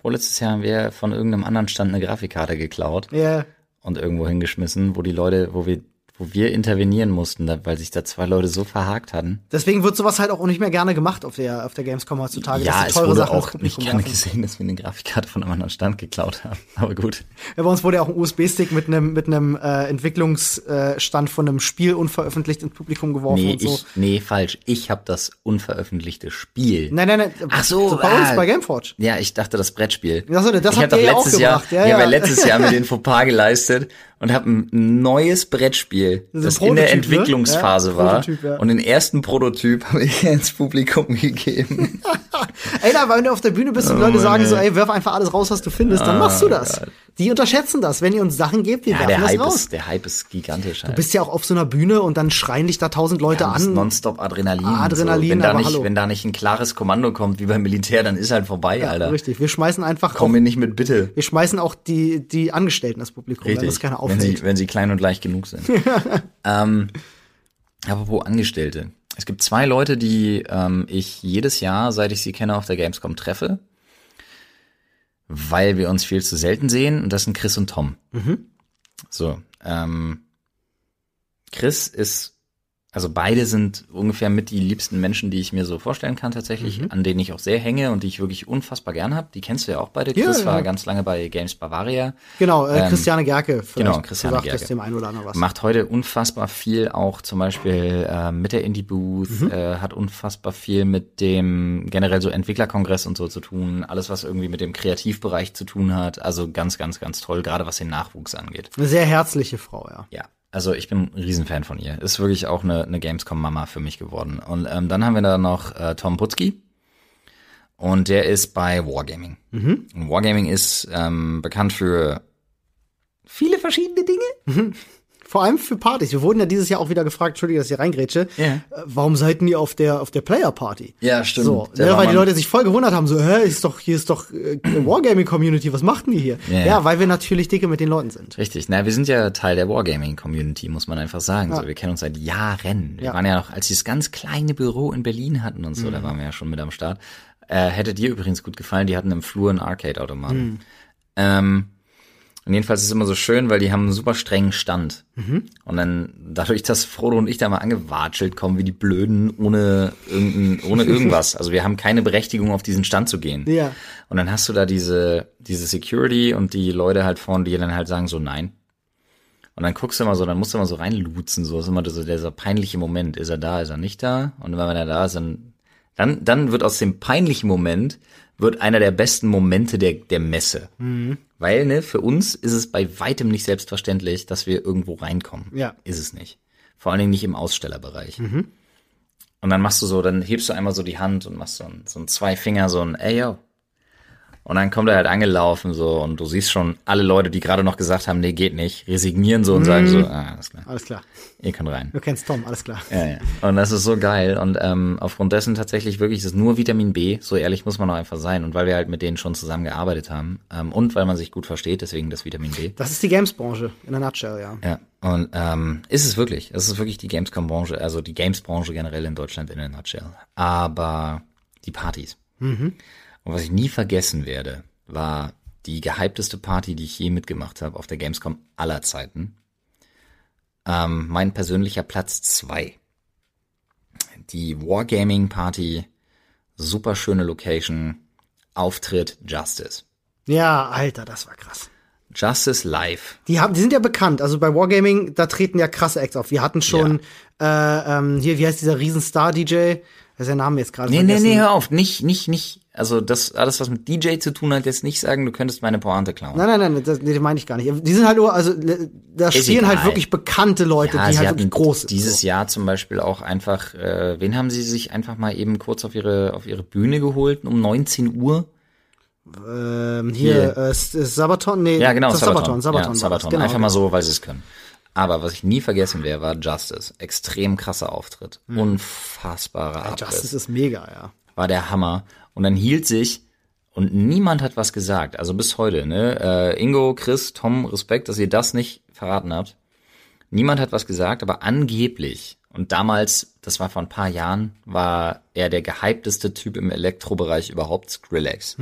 Vorletztes Jahr haben wir von irgendeinem anderen Stand eine Grafikkarte geklaut
Ja.
und irgendwo hingeschmissen, wo die Leute, wo wir, wo wir intervenieren mussten, da- weil sich da zwei Leute so verhakt hatten.
Deswegen wird sowas halt auch nicht mehr gerne gemacht auf der, auf der Gamescom heutzutage.
ja,
sie
es wurde
ins
auch nicht
Publikum
gerne
werfen.
gesehen, dass wir eine Grafikkarte von einem anderen Stand geklaut haben. Aber gut.
Ja, bei uns wurde ja auch ein USB-Stick mit einem mit einem äh, Entwicklungsstand von einem Spiel unveröffentlicht ins Publikum geworfen
Nee,
und so.
ich, nee, falsch. Ich habe das unveröffentlichte Spiel.
Nein, nein, nein.
Ach so,
bei uns,
ah.
bei Gameforge.
Ja, ich dachte das Brettspiel.
Ach so, ne, das
ich hab
habt ihr ja auch
Jahr,
gebracht, ja,
ich hab
ja.
letztes Jahr mir den Fauxpas geleistet und habe ein neues Brettspiel,
Das
das
ist ein
in der
Prototyp, ne?
Entwicklungsphase
Ja,
war.
Prototyp, ja.
Und den ersten Prototyp habe ich ins Publikum gegeben.
Ey, na, wenn du auf der Bühne bist und Leute sagen so, ey, wirf einfach alles raus, was du findest, dann machst du das. Die unterschätzen das. Wenn ihr uns Sachen gebt, wir
ja,
werfen
der
das
Hype,
raus.
ist, der Hype ist gigantisch. halt.
Du bist ja auch auf so einer Bühne und dann schreien dich da tausend Leute
ja,
an. Ah,
nonstop Adrenalin. und
Adrenalin,
so. wenn, da
aber
nicht,
hallo.
wenn da nicht ein klares Kommando kommt, wie beim Militär, dann ist halt vorbei, Alter.
Richtig, wir schmeißen einfach
Komm mir nicht mit bitte.
Wir schmeißen auch die, die Angestellten das Publikum,
Richtig.
damit es keiner
wenn, sie,
auffällt.
wenn sie klein und leicht genug sind. ähm, apropos Angestellte. Es gibt zwei Leute, die ähm, ich jedes Jahr, seit ich sie kenne, auf der Gamescom treffe, weil wir uns viel zu selten sehen. Und das sind Chris und Tom.
Mhm.
So. Ähm, Chris ist, also beide sind ungefähr mit die liebsten Menschen, die ich mir so vorstellen kann tatsächlich,
Mhm.
an denen ich auch sehr hänge und die ich wirklich unfassbar gern habe. Die kennst du ja auch beide.
Ja,
Chris
ja.
war ganz lange bei Games Bavaria.
Genau, äh,
Ähm,
Christiane Gerke. vielleicht
genau, Christiane
sagt das
Gerke.
dem einen oder anderen was.
Macht heute unfassbar viel, auch zum Beispiel äh, mit der Indie Booth,
Mhm.
äh, hat unfassbar viel mit dem generell so Entwicklerkongress und so zu tun, alles was irgendwie mit dem Kreativbereich zu tun hat. Also ganz, ganz, ganz toll, gerade was den Nachwuchs angeht.
Eine sehr herzliche Frau, ja.
Ja, also ich bin ein Riesenfan von ihr. Ist wirklich auch eine, eine Gamescom-Mama für mich geworden. Und ähm, dann haben wir da noch äh, Tom Putzki. Und der ist bei Wargaming. Und Wargaming ist ähm, bekannt für viele verschiedene Dinge.
Vor allem für Partys. Wir wurden ja dieses Jahr auch wieder gefragt, Entschuldige, dass ich hier reingrätsche,
Ja.
äh, warum seid denn ihr auf der, auf der Player-Party?
Ja, stimmt.
So,
Der
ne,
war
weil die
mal-
Leute sich voll gewundert haben, so, hä, ist doch, hier ist doch äh, Wargaming-Community, was macht denn die hier?
Ja, ja.
ja, weil wir natürlich dicke mit den Leuten sind.
Richtig. Na, wir sind ja Teil der Wargaming-Community, muss man einfach sagen. So, wir kennen uns seit Jahren. Wir
Ja. Mhm.
waren ja noch, als wir das ganz kleine Büro in Berlin hatten und so, da waren wir ja schon mit am Start. Äh, hätte dir übrigens gut gefallen, die hatten im Flur einen Arcade-Automaten.
Mhm.
Ähm, und jedenfalls ist es immer so schön, weil die haben einen super strengen Stand.
Mhm.
Und dann dadurch, dass Frodo und ich da mal angewatschelt kommen, wie die Blöden, ohne, irgendein, ohne irgendwas. Also wir haben keine Berechtigung, auf diesen Stand zu gehen.
Ja.
Und dann hast du da diese, diese Security und die Leute halt vorne, die dann halt sagen so, nein. Und dann guckst du immer so, dann musst du immer so reinlutzen, so ist immer so dieser peinliche Moment. Ist er da, ist er nicht da? Und wenn er da ist, dann, dann, dann wird aus dem peinlichen Moment, wird einer der besten Momente der, der Messe. Weil, ne, für uns ist es bei weitem nicht selbstverständlich, dass wir irgendwo reinkommen.
Ja.
Ist es nicht. Vor allen Dingen nicht im Ausstellerbereich. Und dann machst du so, dann hebst du einmal so die Hand und machst so ein, so ein zwei Finger, so ein, ey, yo. Und dann kommt er halt angelaufen, so, und du siehst schon alle Leute, die gerade noch gesagt haben, nee, geht nicht, resignieren so und sagen so, ah, alles klar,
Alles klar.
ihr könnt rein.
Du kennst Tom, alles klar.
Ja, ja. Und das ist so geil. Und ähm, aufgrund dessen tatsächlich wirklich, es ist nur Vitamin B, so ehrlich muss man auch einfach sein. Und weil wir halt mit denen schon zusammen gearbeitet haben ähm, und weil man sich gut versteht, deswegen das Vitamin B.
Das ist die Games-Branche, in der Nutshell, ja.
Ja, und ähm, ist es wirklich. Es ist wirklich die Gamescom-Branche, also die Games-Branche generell in Deutschland in der Nutshell. Aber die Partys. Und was ich nie vergessen werde, war die gehypteste Party, die ich je mitgemacht habe auf der Gamescom aller Zeiten. Ähm, mein persönlicher Platz zwei Die Wargaming-Party, super schöne Location, Auftritt Justice.
Ja, Alter, das war krass.
Justice Live.
Die, haben, die sind ja bekannt. Also bei Wargaming, da treten ja krasse Acts auf. Wir hatten schon äh, ähm, hier, wie heißt dieser Riesenstar-DJ? Das ist der Name jetzt gerade.
Nee, nee,
vergessen.
nee, hör auf. Nicht, nicht, nicht. Also das, alles, was mit DJ zu tun hat, jetzt nicht sagen, du könntest meine Pointe klauen.
Nein, nein, nein, das, nee, den meine ich gar nicht. Die sind halt nur, also le- da spielen
egal.
halt wirklich bekannte Leute,
ja,
die
sie
halt
hatten
wirklich groß sind.
dieses
so.
Jahr zum Beispiel auch einfach, äh, wen haben sie sich einfach mal eben kurz auf ihre, auf ihre Bühne geholt um 19 Uhr?
ähm, hier,
Hier.
äh, S- äh, Sabaton, nee,
Ja, genau,
das Sabaton,
Sabaton.
Sabaton,
ja,
war
Sabaton.
das, Genau.
Einfach mal so, weil sie es können. Aber was ich nie vergessen werde, war Justice. Extrem krasser Auftritt. Unfassbarer Abriss.
Mhm. Justice ist mega, ja.
war der Hammer. Und dann hielt sich und niemand hat was gesagt. Also bis heute, ne? Äh, Ingo, Chris, Tom, Respekt, dass ihr das nicht verraten habt. Niemand hat was gesagt, aber angeblich, und damals, das war vor ein paar Jahren, war er der gehypteste Typ im Elektrobereich überhaupt, Skrillex.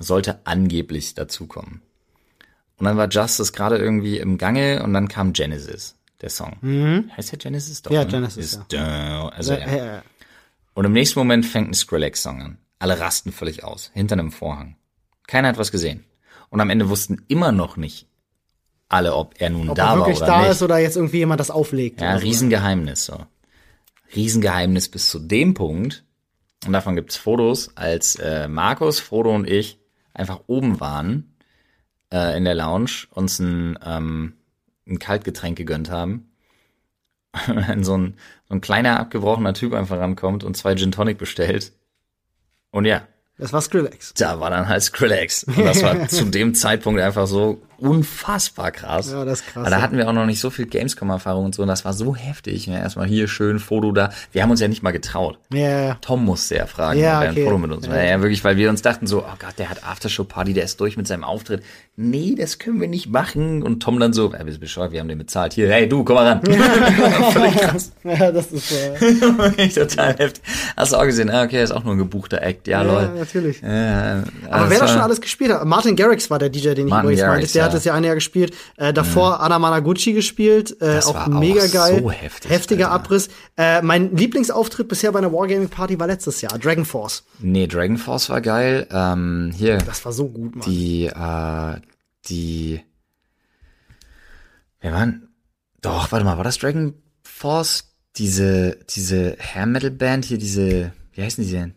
Sollte angeblich dazukommen. Und dann war Justice gerade irgendwie im Gange und dann kam Genesis. der Song. Mhm. Heißt ja Genesis doch.
Ja,
ne?
Genesis,
Ist
ja.
da- also, ja.
Äh, äh,
Und im nächsten Moment fängt ein Skrillex-Song an. Alle rasten völlig aus, hinter einem Vorhang. Keiner hat was gesehen. Und am Ende wussten immer noch nicht alle, ob er nun
ob
da
er
war
wirklich
oder
da
nicht.
ist oder jetzt irgendwie jemand das auflegt.
ja,
Oder so.
Riesengeheimnis. So. Riesengeheimnis bis zu dem Punkt, und davon gibt's Fotos, als äh, Markus, Frodo und ich einfach oben waren äh, in der Lounge, uns ein, ähm, ein Kaltgetränk gegönnt haben. Und dann so ein, so ein kleiner abgebrochener Typ einfach rankommt und zwei Gin Tonic bestellt. Und ja,
Das war Skrillex.
da war dann halt Skrillex. Und das war zu dem Zeitpunkt einfach so unfassbar krass.
Ja, das ist krass,
Aber da
ja.
hatten wir auch noch nicht so viel Gamescom-Erfahrung und so. Und das war so heftig. Ne? Erstmal hier schön, Foto da. Wir haben uns ja nicht mal getraut.
Ja, ja, ja.
Tom musste ja fragen,
Ja,
ob er ein
okay.
Foto mit uns macht. Ja. ja, wirklich, weil wir uns dachten so, oh Gott, der hat Aftershow-Party, der ist durch mit seinem Auftritt. Nee, das können wir nicht machen. Und Tom dann so, ey, bist du bescheuert, wir haben den bezahlt. Hier, hey, du, komm mal ran. Völlig krass.
ja das ist äh,
Echt Total heftig. Hast du auch gesehen, ah, okay, ist auch nur ein gebuchter Act. Ja,
ja,
lol.
natürlich.
Ja,
Aber wer
Also war-
das schon alles gespielt hat, Martin Garrix war der DJ, den ich
Martin
übrigens meinte.
Garrix,
Der
ja. Mhm.
hat das ja ein Jahr gespielt. Äh, davor Anna Managuchi gespielt. Äh,
Das
auch
war auch
mega geil.
so heftig,
Heftiger
Alter.
Abriss. Äh, mein Lieblingsauftritt bisher bei einer Wargaming Party war letztes Jahr. Dragon Force.
Nee, Dragon Force war geil. Ähm, hier,
Das war so gut, Mann.
die, äh, die. Wer waren? Doch, warte mal, war das Dragon Force? Diese, diese Hair Metal Band hier, diese. Wie heißen die denn?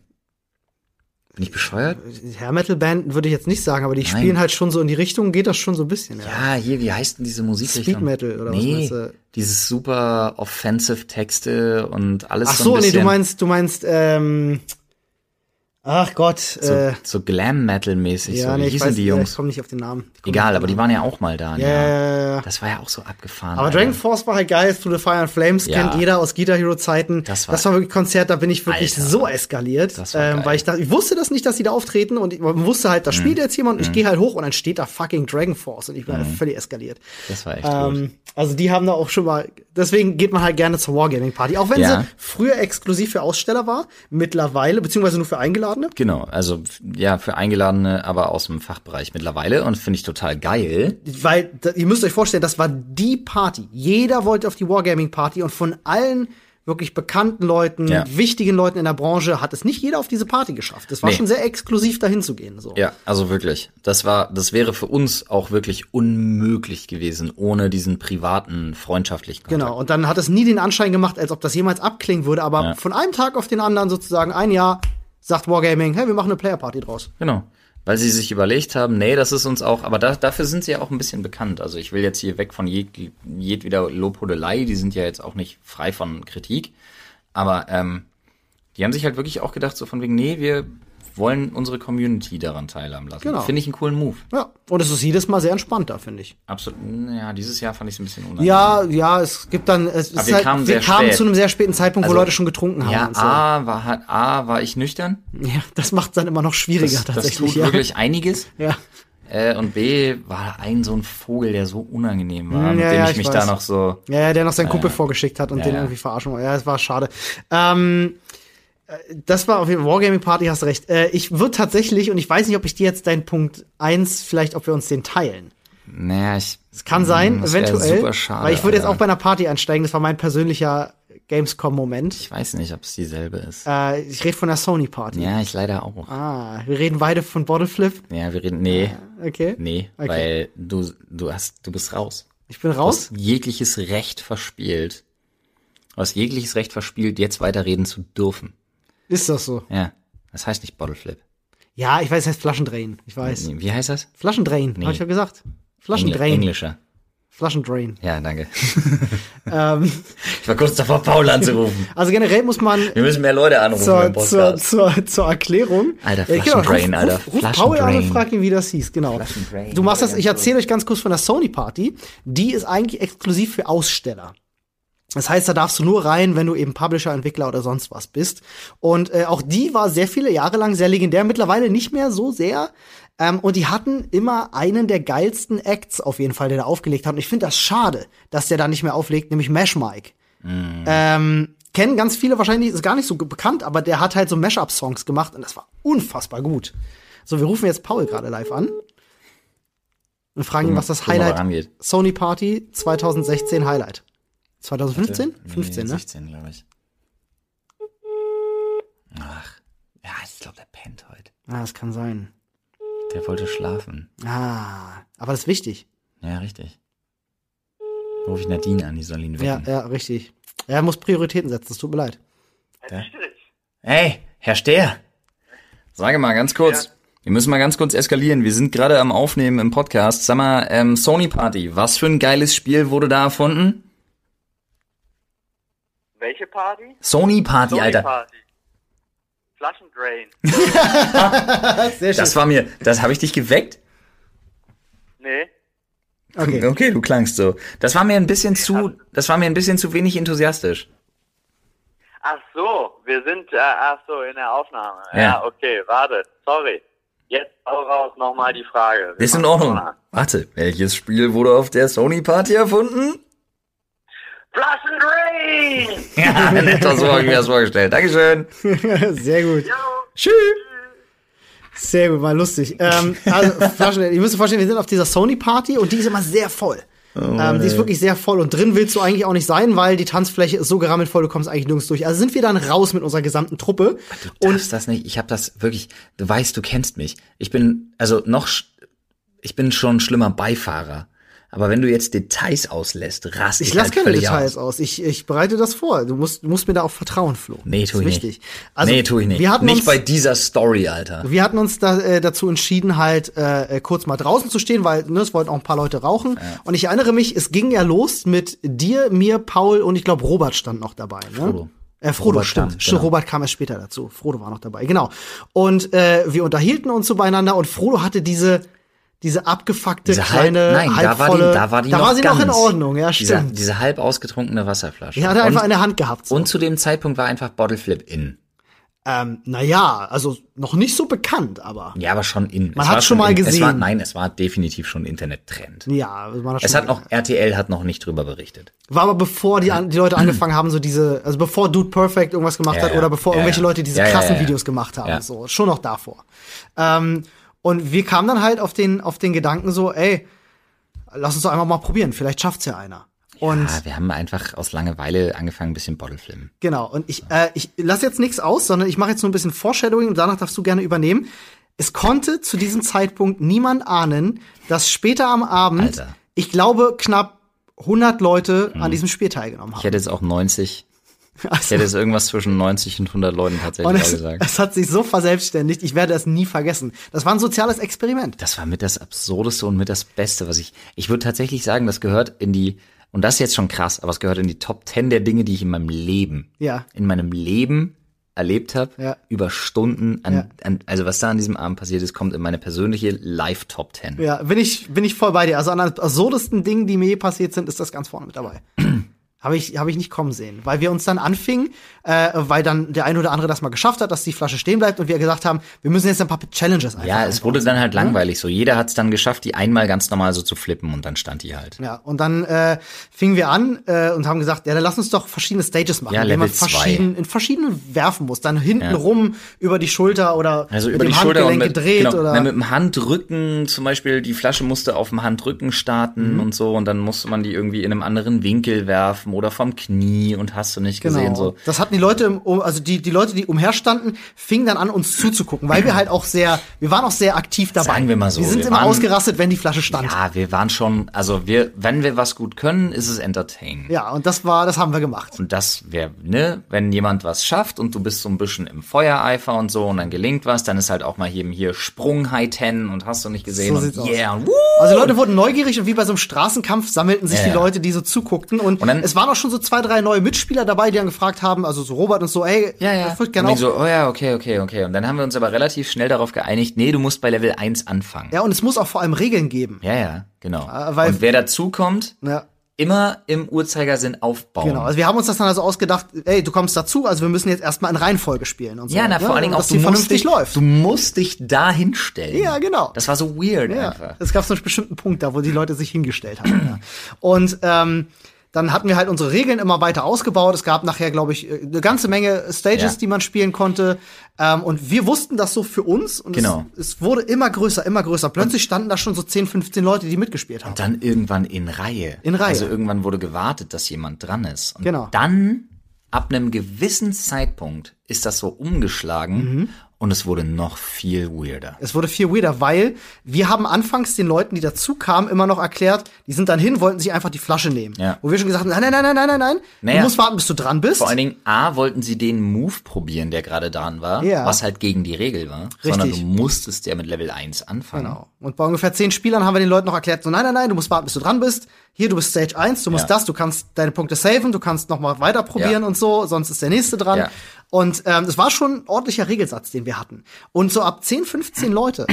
Bin ich bescheuert?
Hair Metal Band würde ich jetzt nicht sagen, aber die spielen halt schon so in die Richtung, geht das schon so ein bisschen,
Ja,
ja.
hier, wie heißt denn diese Musikrichtung?
Speed Metal oder was
nee,
meinst du?
Dieses super offensive Texte und alles
Ach
so
so,
ein
nee,
bisschen
du meinst, du meinst, ähm, ach Gott, äh,
so, so Glam Metal mäßig.
ja,
so. Wie
nee, ich
hießen
weiß,
die
ja,
Jungs?
ich komme nicht auf den Namen. Ich komm
Egal,
nicht
aber die waren ja auch mal da. ne?
auf- ja, ja, ja, ja.
Das war ja auch so abgefahren.
Aber
Alter.
Dragon Force war halt geil, Through the Fire and Flames
Ja.
kennt jeder aus Guitar Hero Zeiten.
Das
Das
war-
war, wirklich ein Konzert, da bin ich wirklich
Alter.
so eskaliert,
Das war
ähm,
geil. Mhm.
weil ich dachte, ich wusste das nicht, dass die da auftreten und ich man wusste halt, da spielt jetzt jemand und ich gehe halt hoch und dann steht da fucking Dragon Force und ich bin halt völlig eskaliert.
Das war echt Mhm. gut.
Ähm, also die haben da auch schon mal, deswegen geht man halt gerne zur Wargaming Party, auch wenn
Ja.
sie früher exklusiv für Aussteller war, mittlerweile, beziehungsweise nur für Eingeladene.
Genau, also f- ja, für Eingeladene, aber aus dem Fachbereich mittlerweile und finde ich total geil.
weil da, ihr müsst euch vorstellen, das war die Party. Jeder wollte auf die Wargaming Party und von allen wirklich bekannten Leuten,
Ja.
wichtigen Leuten in der Branche hat es nicht jeder auf diese Party geschafft. Das war
Nee.
schon sehr exklusiv dahin zu gehen. So.
Ja, also wirklich. Das war, das wäre für uns auch wirklich unmöglich gewesen, ohne diesen privaten, freundschaftlichen Kontakt.
Genau. Und dann hat es nie den Anschein gemacht, als ob das jemals abklingen würde. Aber
Ja.
von einem Tag auf den anderen sozusagen ein Jahr sagt Wargaming, hey, wir machen eine Player Party draus.
Genau. Weil sie sich überlegt haben, nee, das ist uns auch, aber da, dafür sind sie ja auch ein bisschen bekannt. Also ich will jetzt hier weg von jeg, jedweder Lobhudelei, die sind ja jetzt auch nicht frei von Kritik. Aber ähm, die haben sich halt wirklich auch gedacht, so von wegen, nee, wir wollen unsere Community daran teilhaben lassen.
Genau.
Finde ich einen coolen Move.
Ja. Und es ist jedes Mal sehr entspannt da, finde ich.
Absolut. Ja, dieses Jahr fand ich es ein bisschen unangenehm.
Ja, ja, es gibt dann, es ist
wir
halt,
kamen
wir
sehr
kamen
spät.
zu einem sehr späten Zeitpunkt,
Also-
wo Leute schon getrunken haben.
Ja, ah.
und so.
A, war, hat, A, war ich nüchtern.
ja, das macht es dann immer noch schwieriger
Das, das
tatsächlich.
tut wirklich einiges.
ja. ja.
Äh, und B, war ein so ein Vogel, der so unangenehm war,
Mm,
mit
ja,
dem
ja,
ich,
ich
mich da
weiß.
noch so.
Ja, ja, der noch seinen Kumpel vorgeschickt hat und
Ja,
den
ja.
irgendwie verarschen wollte. Ja, es war schade. Ähm, äh, das war auf jeden Fall Wargaming Party, hast recht. Äh, ich würde tatsächlich, und ich weiß nicht, ob ich dir jetzt deinen Punkt eins vielleicht, ob wir uns den teilen.
Naja, ich.
Es kann sein,
Mhm, das wär
eventuell.
Super schade.
weil ich würde jetzt
Alter.
auch bei einer Party einsteigen, das war mein persönlicher Gamescom-Moment.
Ich weiß nicht, ob es dieselbe ist.
Äh, ich rede von der Sony-Party.
Ja, ich leider auch.
Ah, wir reden beide von Bottleflip.
Ja, wir reden. Nee,
Okay.
nee,
Okay.
weil du, du hast, du bist raus.
Ich bin
Du
raus.
hast jegliches Recht verspielt. Du hast jegliches Recht verspielt, jetzt weiterreden zu dürfen.
Ist das so?
Ja. Das heißt nicht Bottleflip.
Ja, ich weiß, es heißt Flaschendrehen. Ich weiß.
Nee, Wie heißt das?
Flaschendrehen,
Nee.
hab ich ja gesagt.
Engl
Flaschendrehen.
Englischer.
Flaschendrehen.
Ja, danke.
Ähm,
Ich war kurz davor, Paul anzurufen.
also generell muss man
Wir müssen mehr Leute anrufen im
zur, zur,
Podcast.
zur, zur Erklärung.
Alter,
Äh, genau,
Flaschendrain,
ruf,
Alter.
Ruf, ruf Paul an und
Flaschendrain.
frag ihn, wie das hieß, genau.
Flaschendrain.
Du machst das, ich erzähle euch ganz kurz von der Sony-Party. Die ist eigentlich exklusiv für Aussteller. Das heißt, da darfst du nur rein, wenn du eben Publisher, Entwickler oder sonst was bist. Und äh, auch die war sehr viele Jahre lang sehr legendär, mittlerweile nicht mehr so sehr. Ähm, und die hatten immer einen der geilsten Acts auf jeden Fall, der da aufgelegt hat. Und ich finde das schade, dass der da nicht mehr auflegt, nämlich Mesh Mike.
Hm.
Ähm, kennen ganz viele wahrscheinlich, ist gar nicht so ge- bekannt, aber der hat halt so Mashup-Songs gemacht und das war unfassbar gut. So, wir rufen jetzt Paul gerade live an und fragen ihn, was das
Gucken wir mal,
Highlight
rangeht.
Sony Party 2016 Highlight. 2015?
Äh,
15, ne?
16, glaube ich. Ach, ja, ich glaube, der pennt heute.
Ah, das kann sein.
Der wollte schlafen.
Ah, aber das ist wichtig.
Ja, richtig. Ruf ich Nadine an, die soll ihn
Ja,
wecken.
ja, richtig. Er muss Prioritäten setzen, es tut mir leid.
Ja.
Das ist schwierig.
Hey, Herr Steher. Sage mal ganz kurz.
Ja.
Wir müssen mal ganz kurz eskalieren. Wir sind gerade am Aufnehmen im Podcast. Sag mal, ähm, Sony Party, was für ein geiles Spiel wurde da erfunden?
Welche Party?
Sony Party,
Sony
Alter.
Party. Flaschendrain.
Sehr
Das war mir, das habe ich dich geweckt?
Nee.
Okay.
Okay, du klangst so. Das war mir ein bisschen zu, das war mir ein bisschen zu wenig enthusiastisch.
Ach so, wir sind, äh, ach so, in der Aufnahme. Ja,
Ja.
okay, warte, sorry. Jetzt auch raus nochmal die Frage. Wir
Ist in
machen
Ordnung.
nochmal.
Warte, welches Spiel wurde auf der Sony Party erfunden?
Flaschendrain!
Ja, netter so habe ich mir Ah, das vorgestellt. Dankeschön.
Sehr gut.
Tschüss.
Sehr gut, war lustig. Ähm, also, Flaschen, ich muss mir vorstellen, wir sind auf dieser Sony-Party und die ist immer sehr voll.
Oh,
ähm, die ist wirklich sehr voll und drin willst du eigentlich auch nicht sein, weil die Tanzfläche ist so gerammelt voll, du kommst eigentlich nirgends durch. Also sind wir dann raus mit unserer gesamten Truppe
Und
und
ist das nicht? Ich habe das wirklich. Du weißt, du kennst mich. Ich bin also noch. sch- Ich bin schon ein schlimmer Beifahrer. Aber wenn du jetzt Details auslässt, rast
ich lasse
halt
keine
völlig
Details
Aus.
aus. Ich, ich bereite das vor. Du musst, du musst mir da auch vertrauen, Flo.
Nee,
Das
tu
ist
ich
wichtig.
nicht.
Also,
nee, tu ich nicht.
Wir hatten
nicht
uns,
bei dieser Story, Alter.
Wir hatten uns da, äh, dazu entschieden, halt äh, äh, kurz mal draußen zu stehen, weil ne, es wollten auch ein paar Leute rauchen. Und ich erinnere mich, es ging ja los mit dir, mir, Paul und ich glaube Robert stand noch dabei. Ne?
Frodo.
Äh, Frodo,
Robert
stimmt.
kam,
stimmt.
genau.
Robert kam erst später dazu. Frodo war noch dabei, genau. Und äh, wir unterhielten uns so beieinander und Frodo hatte diese diese abgefuckte
Diese halb,
kleine
nein, da war die,
halbvolle,
da war die noch
sie
ganz.
noch in Ordnung, ja
Diese,
stimmt.
diese halb ausgetrunkene Wasserflasche.
Die hatte er einfach
und,
in der Hand gehabt. So.
und zu dem Zeitpunkt war einfach Bottleflip in.
ähm, naja, also noch nicht so bekannt, aber
Ja, aber schon in.
Man
es
hat
war
schon mal
in. Es
gesehen. Hm.
war, nein, es war definitiv schon Internettrend.
ja, man hat
Es
schon
hat noch RTL hat noch nicht drüber berichtet.
War aber bevor die, an, die Leute angefangen haben, so diese, also bevor Dude Perfect irgendwas gemacht
Ja,
hat
ja.
oder bevor
Ja,
irgendwelche
ja.
Leute diese
Ja, ja,
krassen
ja, ja.
Videos gemacht haben,
Ja.
so schon noch davor. Ähm, und wir kamen dann halt auf den, auf den Gedanken so, ey, lass uns doch einfach mal probieren, vielleicht schafft's ja einer. Und
Ah, wir haben einfach aus Langeweile angefangen, ein bisschen Bottleflim.
genau, und ich, äh, ich lass jetzt nichts aus, sondern ich mache jetzt nur ein bisschen Foreshadowing und danach darfst du gerne übernehmen. Es konnte zu diesem Zeitpunkt niemand ahnen, dass später am Abend,
Alter. Hm.
ich glaube, knapp 100 Leute an diesem Spiel teilgenommen
Ich
haben.
hätte jetzt auch 90. Ich
Also-
hätte jetzt irgendwas zwischen 90 und 100 Leuten tatsächlich
Und
auch
es,
gesagt.
es hat sich so verselbstständigt, ich werde das nie vergessen. Das war ein soziales Experiment.
Das war mit das Absurdeste und mit das Beste, was ich. Ich würde tatsächlich sagen, das gehört in die. Und das ist jetzt schon krass, aber es gehört in die Top 10 der Dinge, die ich in meinem Leben,
Ja.
in meinem Leben erlebt habe,
Ja.
über Stunden. An,
Ja.
an, also was da an diesem Abend passiert ist, kommt in meine persönliche Live-Top 10.
Ja, bin ich, bin ich voll bei dir. Also an den absurdesten Dingen, die mir je passiert sind, ist das ganz vorne mit dabei. Habe ich, hab ich nicht kommen sehen. Weil wir uns dann anfingen, äh, weil dann der ein oder andere das mal geschafft hat, dass die Flasche stehen bleibt und wir gesagt haben, wir müssen jetzt ein paar Challenges einfach.
Ja, es wurde dann halt langweilig so. Jeder hat es dann geschafft, die einmal ganz normal so zu flippen und dann stand die halt.
Ja, und dann äh, fingen wir an äh, und haben gesagt, ja, dann lass uns doch verschiedene Stages machen,
Ja,
die man
Level zwei.
verschieden, in verschiedenen werfen muss. Dann hinten rum über die Schulter oder
Also
mit
über
dem
die Schulter und
Handgelenk
mit,
gedreht
genau,
oder
na, mit dem Handrücken zum Beispiel, die Flasche musste auf dem Handrücken starten
Mhm.
und so und dann musste man die irgendwie in einem anderen Winkel werfen oder vom Knie und hast du nicht gesehen so.
Genau. Das hatten die Leute, im, um- also die, die Leute, die umherstanden, fingen dann an, uns zuzugucken, weil wir halt auch sehr, wir waren auch sehr aktiv dabei.
Sagen wir mal so,
Wir sind
wir
immer
waren-
ausgerastet, wenn die Flasche stand. Ja.
Ja, wir waren schon, also wir, wenn wir was gut können, ist es entertaining.
und das war, das haben wir gemacht.
Und das wäre, ne, wenn jemand was schafft und du bist so ein bisschen im Feuereifer und so und dann gelingt was, dann ist halt auch mal eben hier Sprung High Ten und hast du nicht gesehen
So
und
sieht's aus.
yeah und wuh.
Also Leute wurden neugierig und wie bei so einem Straßenkampf sammelten sich
Ja,
die
ja.
Leute, die so zuguckten. Und,
Und dann-
es waren auch schon so zwei, drei neue Mitspieler dabei, die dann gefragt haben, also so Robert und so, ey,
Ja, ja.
ich würd
und
gerne auch.
ich so, oh ja, okay, okay, okay. Und dann haben wir uns aber relativ schnell darauf geeinigt, nee, du musst bei Level 1 anfangen.
ja, und es muss auch vor allem Regeln geben.
Ja, ja, genau.
Äh, weil-
und wer dazukommt,
Ja.
immer im Uhrzeigersinn aufbauen.
Genau, also wir haben uns das dann also ausgedacht, ey, du kommst dazu, also wir müssen jetzt erstmal in Reihenfolge spielen und so.
ja, na,
ne?
vor allen Dingen auch,
dass
du
die
musst,
vernünftig
dich,
läuft.
du musst dich da hinstellen.
Ja, genau.
Das war so weird
Ja,
einfach.
es gab so einen bestimmten Punkt da, wo die Leute sich hingestellt haben. ja. Und ähm, Dann hatten wir halt unsere Regeln immer weiter ausgebaut. Es gab nachher, glaube ich, äh, eine ganze Menge Stages,
Ja.
die man spielen konnte. Ähm, und wir wussten das so für uns. Und
Genau.
es, es wurde immer größer, immer größer. Plötzlich standen da schon so 10, 15 Leute, die mitgespielt haben.
Dann irgendwann in Reihe.
In Reihe.
Also irgendwann wurde gewartet, dass jemand dran ist. Und
Genau.
dann, ab einem gewissen Zeitpunkt, ist das so umgeschlagen
Mhm.
und es wurde noch viel weirder.
Es wurde viel weirder, weil wir haben anfangs den Leuten, die dazu kamen, immer noch erklärt, die sind dann hin, wollten sich einfach die Flasche nehmen.
Ja.
Wo wir schon gesagt haben, nein, nein, nein, nein, nein, nein, nein.
Naja.
Du musst warten, bis du dran bist.
Vor allen Dingen, A, wollten sie den Move probieren, der gerade dran war,
Ja.
was halt gegen die Regel war. Sondern du
Richtig.
musstest ja mit Level 1 anfangen.
Genau. Und bei ungefähr zehn Spielern haben wir den Leuten noch erklärt, so nein, nein, nein, du musst warten, bis du dran bist. Hier, du bist Stage 1, du musst
Ja.
das, du kannst deine Punkte saven, du kannst nochmal weiter probieren
Ja.
und so, sonst ist der nächste dran.
Ja.
Und ähm, es war schon ein ordentlicher Regelsatz, den wir hatten. Und so ab 10, 15 Leute,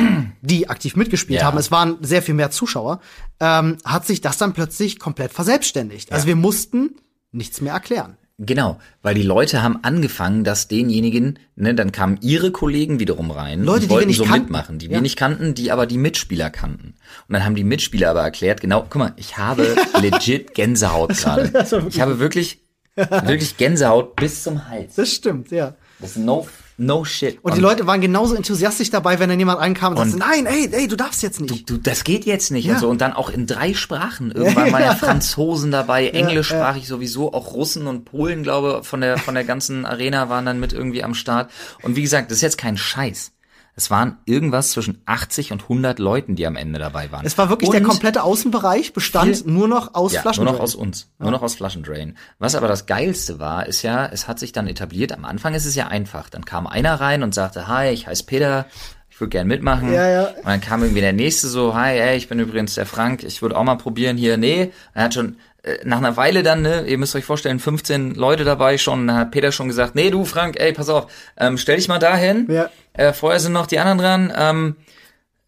die aktiv mitgespielt
Ja.
haben, es waren sehr viel mehr Zuschauer, ähm, hat sich das dann plötzlich komplett verselbstständigt. Also wir mussten nichts mehr erklären.
Genau, weil die Leute haben angefangen, dass denjenigen, ne, dann kamen ihre Kollegen wiederum rein
Leute, die
und wollten
wir nicht
so
kannten.
mitmachen, die
Ja.
wir nicht kannten, die aber die Mitspieler kannten. Und dann haben die Mitspieler aber erklärt, genau, guck mal, ich habe legit Gänsehaut gerade. Ich habe wirklich, wirklich Gänsehaut bis zum Hals.
Das stimmt, ja.
Das ist no, no shit.
Und die Leute waren genauso enthusiastisch dabei, wenn dann jemand reinkam und, sagte,
Und-
nein, ey, ey, du darfst jetzt nicht.
Du, das geht jetzt nicht.
Ja.
Und, so. und dann auch in drei Sprachen. Irgendwann waren ja Franzosen dabei, englischsprachig sowieso, auch Russen und Polen, glaube von der von der ganzen Arena waren dann mit irgendwie am Start. Und wie gesagt, das ist jetzt kein Scheiß. Es waren irgendwas zwischen 80 und 100 Leuten, die am Ende dabei waren.
Es war wirklich der
Und-
komplette Außenbereich bestand
Viel-
nur noch aus
ja,
Flaschen.
Nur noch aus uns. Nur noch aus Flaschendrain. Was aber das Geilste war, ist ja, es hat sich dann etabliert. Am Anfang ist es ja einfach. Dann kam einer rein und sagte, hi, ich heiße Peter. Ich würde gern mitmachen.
Ja, ja.
Und dann kam irgendwie der nächste so, hi, ey, ich bin übrigens der Frank. Ich würde auch mal probieren hier. Nee, er hat schon äh, nach einer Weile dann, ne, ihr müsst euch vorstellen, 15 Leute dabei schon. Und Dann hat Peter schon gesagt, nee, du Frank, ey, pass auf, ähm, stell dich mal dahin.
Ja.
Äh, vorher sind noch die anderen dran. Ähm,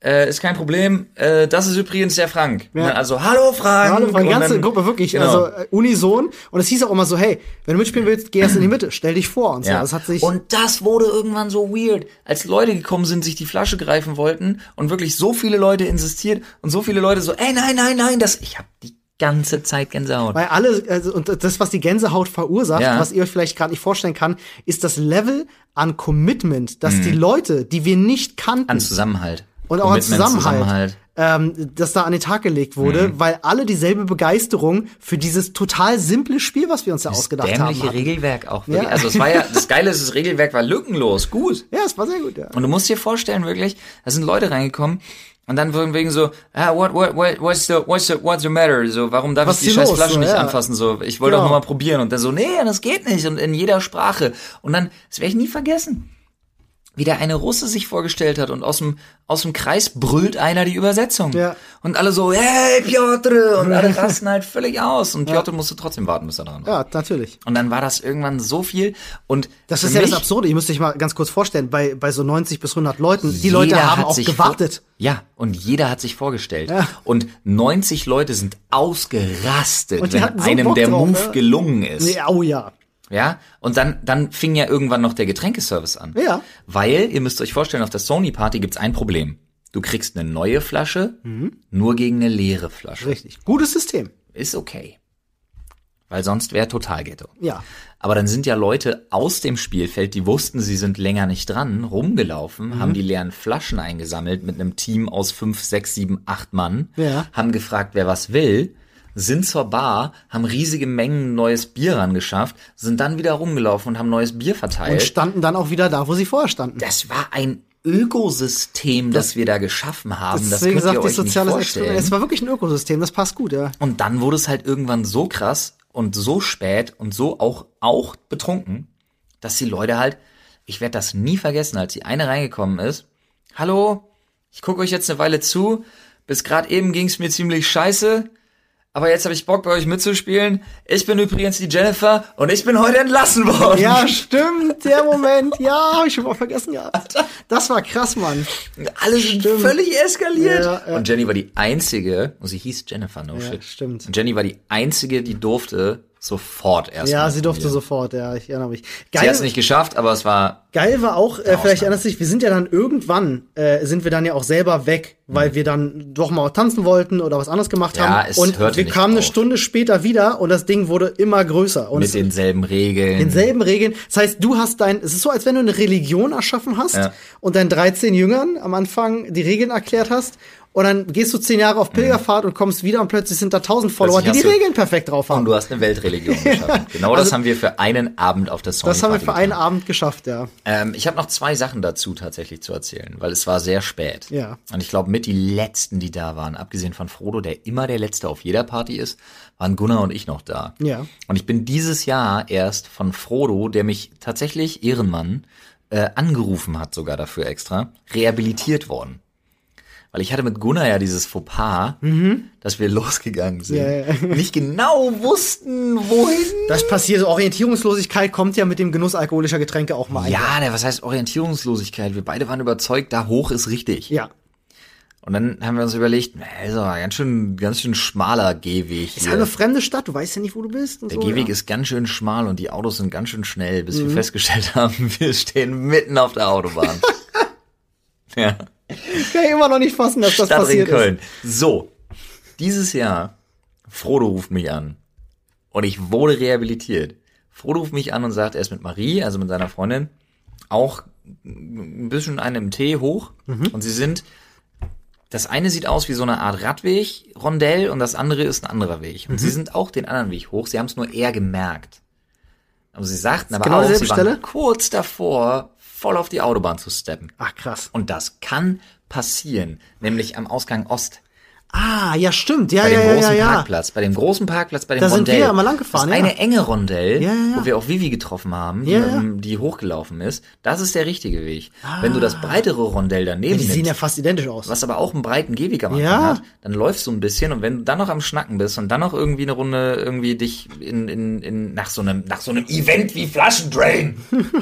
äh, ist kein Problem. Äh, das ist übrigens der Frank. Und dann Also, hallo Frank.
Alle von
Und
der ganzen
dann-
Gruppe wirklich,
Genau.
also äh, unison. Und es hieß auch immer so, hey, wenn du mitspielen willst, geh erst in die Mitte, stell dich vor und so.
ja.
Das hat sich
und das wurde irgendwann so weird, als Leute gekommen sind, sich die Flasche greifen wollten und wirklich so viele Leute insistiert und so viele Leute so, ey, nein, nein, nein, das, ich habe die ganze Zeit Gänsehaut.
weil alle also, und das, was die Gänsehaut verursacht,
Ja.
was ihr euch vielleicht gerade nicht vorstellen kann, ist das Level an Commitment, dass die Leute, die wir nicht kannten,
Mhm. An Zusammenhalt.
und auch an
Commitment,
Zusammenhalt, Ähm, das da an den Tag gelegt wurde,
Mhm.
weil alle dieselbe Begeisterung für dieses total simple Spiel, was wir uns da ausgedacht haben,
Dämliche
hatten.
Regelwerk auch. Wirklich.
Ja.
Also es war ja, das Geile ist, das Regelwerk war lückenlos, gut.
Ja, es war sehr gut, ja.
Und du musst dir vorstellen, wirklich, da sind Leute reingekommen und dann wurden wegen so, ah, what, what, what, what's the, what's the, what's the matter? So, warum darf
Was
ich die
ist hier
scheiß
los?
Flasche
So,
nicht
ja.
anfassen? So, ich wollte doch
Genau.
nur mal probieren. Und dann so, nee, das geht nicht. Und in jeder Sprache. Und dann, das werde ich nie vergessen. Wie der eine Russe sich vorgestellt hat und aus dem, aus dem Kreis brüllt einer die Übersetzung.
Ja.
Und alle so, hey, Piotr! Und alle rasten halt völlig aus. Und Piotr musste trotzdem warten, bis er dran war.
Ja, natürlich.
Und dann war das irgendwann so viel. Und
Das
für
ist ja das
mich-
Absurde. Ihr müsst euch mal ganz kurz vorstellen, bei, bei so 90 bis 100 Leuten, die Leute haben
hat
auch
sich
gewartet.
vor- Ja, und jeder hat sich vorgestellt. Und 90 Leute sind ausgerastet,
Und die
wenn
hatten so
einem
Bock
der
drauf,
Move
ne?
gelungen ist.
Ja, oh ja.
Ja, und dann, dann fing ja irgendwann noch der Getränkeservice an.
Ja.
Weil, ihr müsst euch vorstellen, auf der Sony-Party gibt's ein Problem. Du kriegst eine neue Flasche, nur gegen eine leere Flasche.
Mhm. Richtig. Gutes System.
Ist okay. Weil sonst wäre total ghetto.
Ja.
Aber dann sind ja Leute aus dem Spielfeld, die wussten, sie sind länger nicht dran, rumgelaufen,
Mhm.
haben die leeren Flaschen eingesammelt mit einem Team aus fünf, sechs, sieben, acht Mann,
Ja.
haben gefragt, wer was will, sind zur Bar, haben riesige Mengen neues Bier rangeschafft, sind dann wieder rumgelaufen und haben neues Bier
Und
verteilt.
standen dann auch wieder da, wo sie vorher standen.
das war ein Ökosystem, das, wir da geschaffen haben. Das
Deswegen
könnt ihr
sagt ich
euch nicht
soziales Experiment.
vorstellen.
Es war wirklich ein Ökosystem, das passt gut, ja.
Und dann wurde es halt irgendwann so krass und so spät und so auch, auch betrunken, dass die Leute halt, ich werde das nie vergessen, als die eine reingekommen ist, hallo, ich gucke euch jetzt eine Weile zu, bis gerade eben ging's mir ziemlich scheiße, aber jetzt habe ich Bock bei euch mitzuspielen. Ich bin übrigens die Jennifer und ich bin heute entlassen worden.
Ja, stimmt, der Moment. Ja, hab ich schon mal vergessen gehabt. Das war krass, Mann.
Alles völlig eskaliert.
Ja, ja.
Und Jenny war die einzige, und sie hieß Jennifer, no shit.
stimmt.
Und Jenny war die einzige, die durfte sofort erstmal.
Ja, sie durfte
probieren.
sofort, ja, ich erinnere mich.
Sie
Geil,
hat es nicht geschafft, aber es war
geil war auch, äh, vielleicht
Ausnahme.
erinnert sich, wir sind ja dann irgendwann, äh, sind wir dann ja auch selber weg, weil wir dann doch mal tanzen wollten oder was anderes gemacht
Hm. Ja,
haben.
es
und
hörte
wir
nicht
kamen eine
auf.
Stunde später wieder und das Ding wurde immer größer. Und
mit
es-
denselben Regeln.
denselben Regeln. Das heißt, du hast dein, es ist so, als wenn du eine Religion erschaffen hast
Ja.
und deinen 13 Jüngern am Anfang die Regeln erklärt hast. Und dann gehst du zehn Jahre auf Pilgerfahrt und kommst wieder und plötzlich sind da 1000 Follower, die
Mhm. Plötzlich
die
hast du-
Regeln perfekt drauf
und
haben.
du hast eine Weltreligion geschaffen. Genau das haben wir für einen Abend auf der Sony
Also Das haben
Party
wir für einen
getan.
Abend geschafft, ja.
Ähm, ich habe noch zwei Sachen dazu tatsächlich zu erzählen, weil es war sehr spät.
Ja.
Und ich glaube, mit die letzten, die da waren, abgesehen von Frodo, der immer der Letzte auf jeder Party ist, waren Gunnar und ich noch da.
Ja.
Und ich bin dieses Jahr erst von Frodo, der mich tatsächlich Ehrenmann äh, angerufen hat, sogar dafür extra, rehabilitiert worden. Weil ich hatte mit Gunnar ja dieses Fauxpas, dass wir losgegangen sind,
Mhm. Ja, ja.
nicht genau wussten, wohin
Das passiert, so Orientierungslosigkeit kommt ja mit dem Genuss alkoholischer Getränke auch mal ein.
Ja, der, was heißt Orientierungslosigkeit? Wir beide waren überzeugt, da hoch ist richtig.
Ja.
Und dann haben wir uns überlegt, na, ist aber ganz schön, ganz schön schmaler Gehweg
Ist halt
hier.
eine fremde Stadt, du weißt ja nicht, wo du bist und
Der
so.
Gehweg
ja. Mhm.
ist ganz schön schmal und die Autos sind ganz schön schnell, bis wir festgestellt haben, wir stehen mitten auf der Autobahn. ja,
Ich kann ja immer noch nicht fassen, dass das
Stadt in
passiert ist.
Köln. So, dieses Jahr, Frodo ruft mich an und ich wurde rehabilitiert. Frodo ruft mich an und sagt, er ist mit Marie, also mit seiner Freundin, auch ein bisschen einem Tee hoch
Mhm.
und sie sind das eine sieht aus wie so eine Art Radweg, Rondell, und das andere ist ein anderer Weg. Und
Mhm.
sie sind auch den anderen Weg hoch, sie haben es nur eher gemerkt. Aber sie sagten aber
genau
auch,
dieselbe
sie waren
Stelle?
kurz davor, voll auf die Autobahn zu steppen.
Ach, krass.
Und das kann passieren, nämlich am Ausgang Ost,
Ah, ja, stimmt. Ja,
bei
ja,
dem
ja, ja,
großen
ja.
Parkplatz, bei dem großen Parkplatz, bei dem
Da sind
Rondell.
wir ja mal lang gefahren,
das
ja.
eine enge Rondell,
Ja, ja, ja.
wo wir auch Vivi getroffen haben, die,
Ja,
mit
ja.
dem- die hochgelaufen ist. Das ist der richtige Weg. Wenn du das breitere Rondell daneben
Ah. Die
nimmst,
sehen ja fast identisch aus.
was aber auch einen breiten Gehweg am Anfang
Ja.
hat, dann läufst du ein bisschen und wenn du dann noch am Schnacken bist und dann noch irgendwie eine Runde irgendwie dich in, in, in nach so einem nach so einem Event wie Flaschendrain,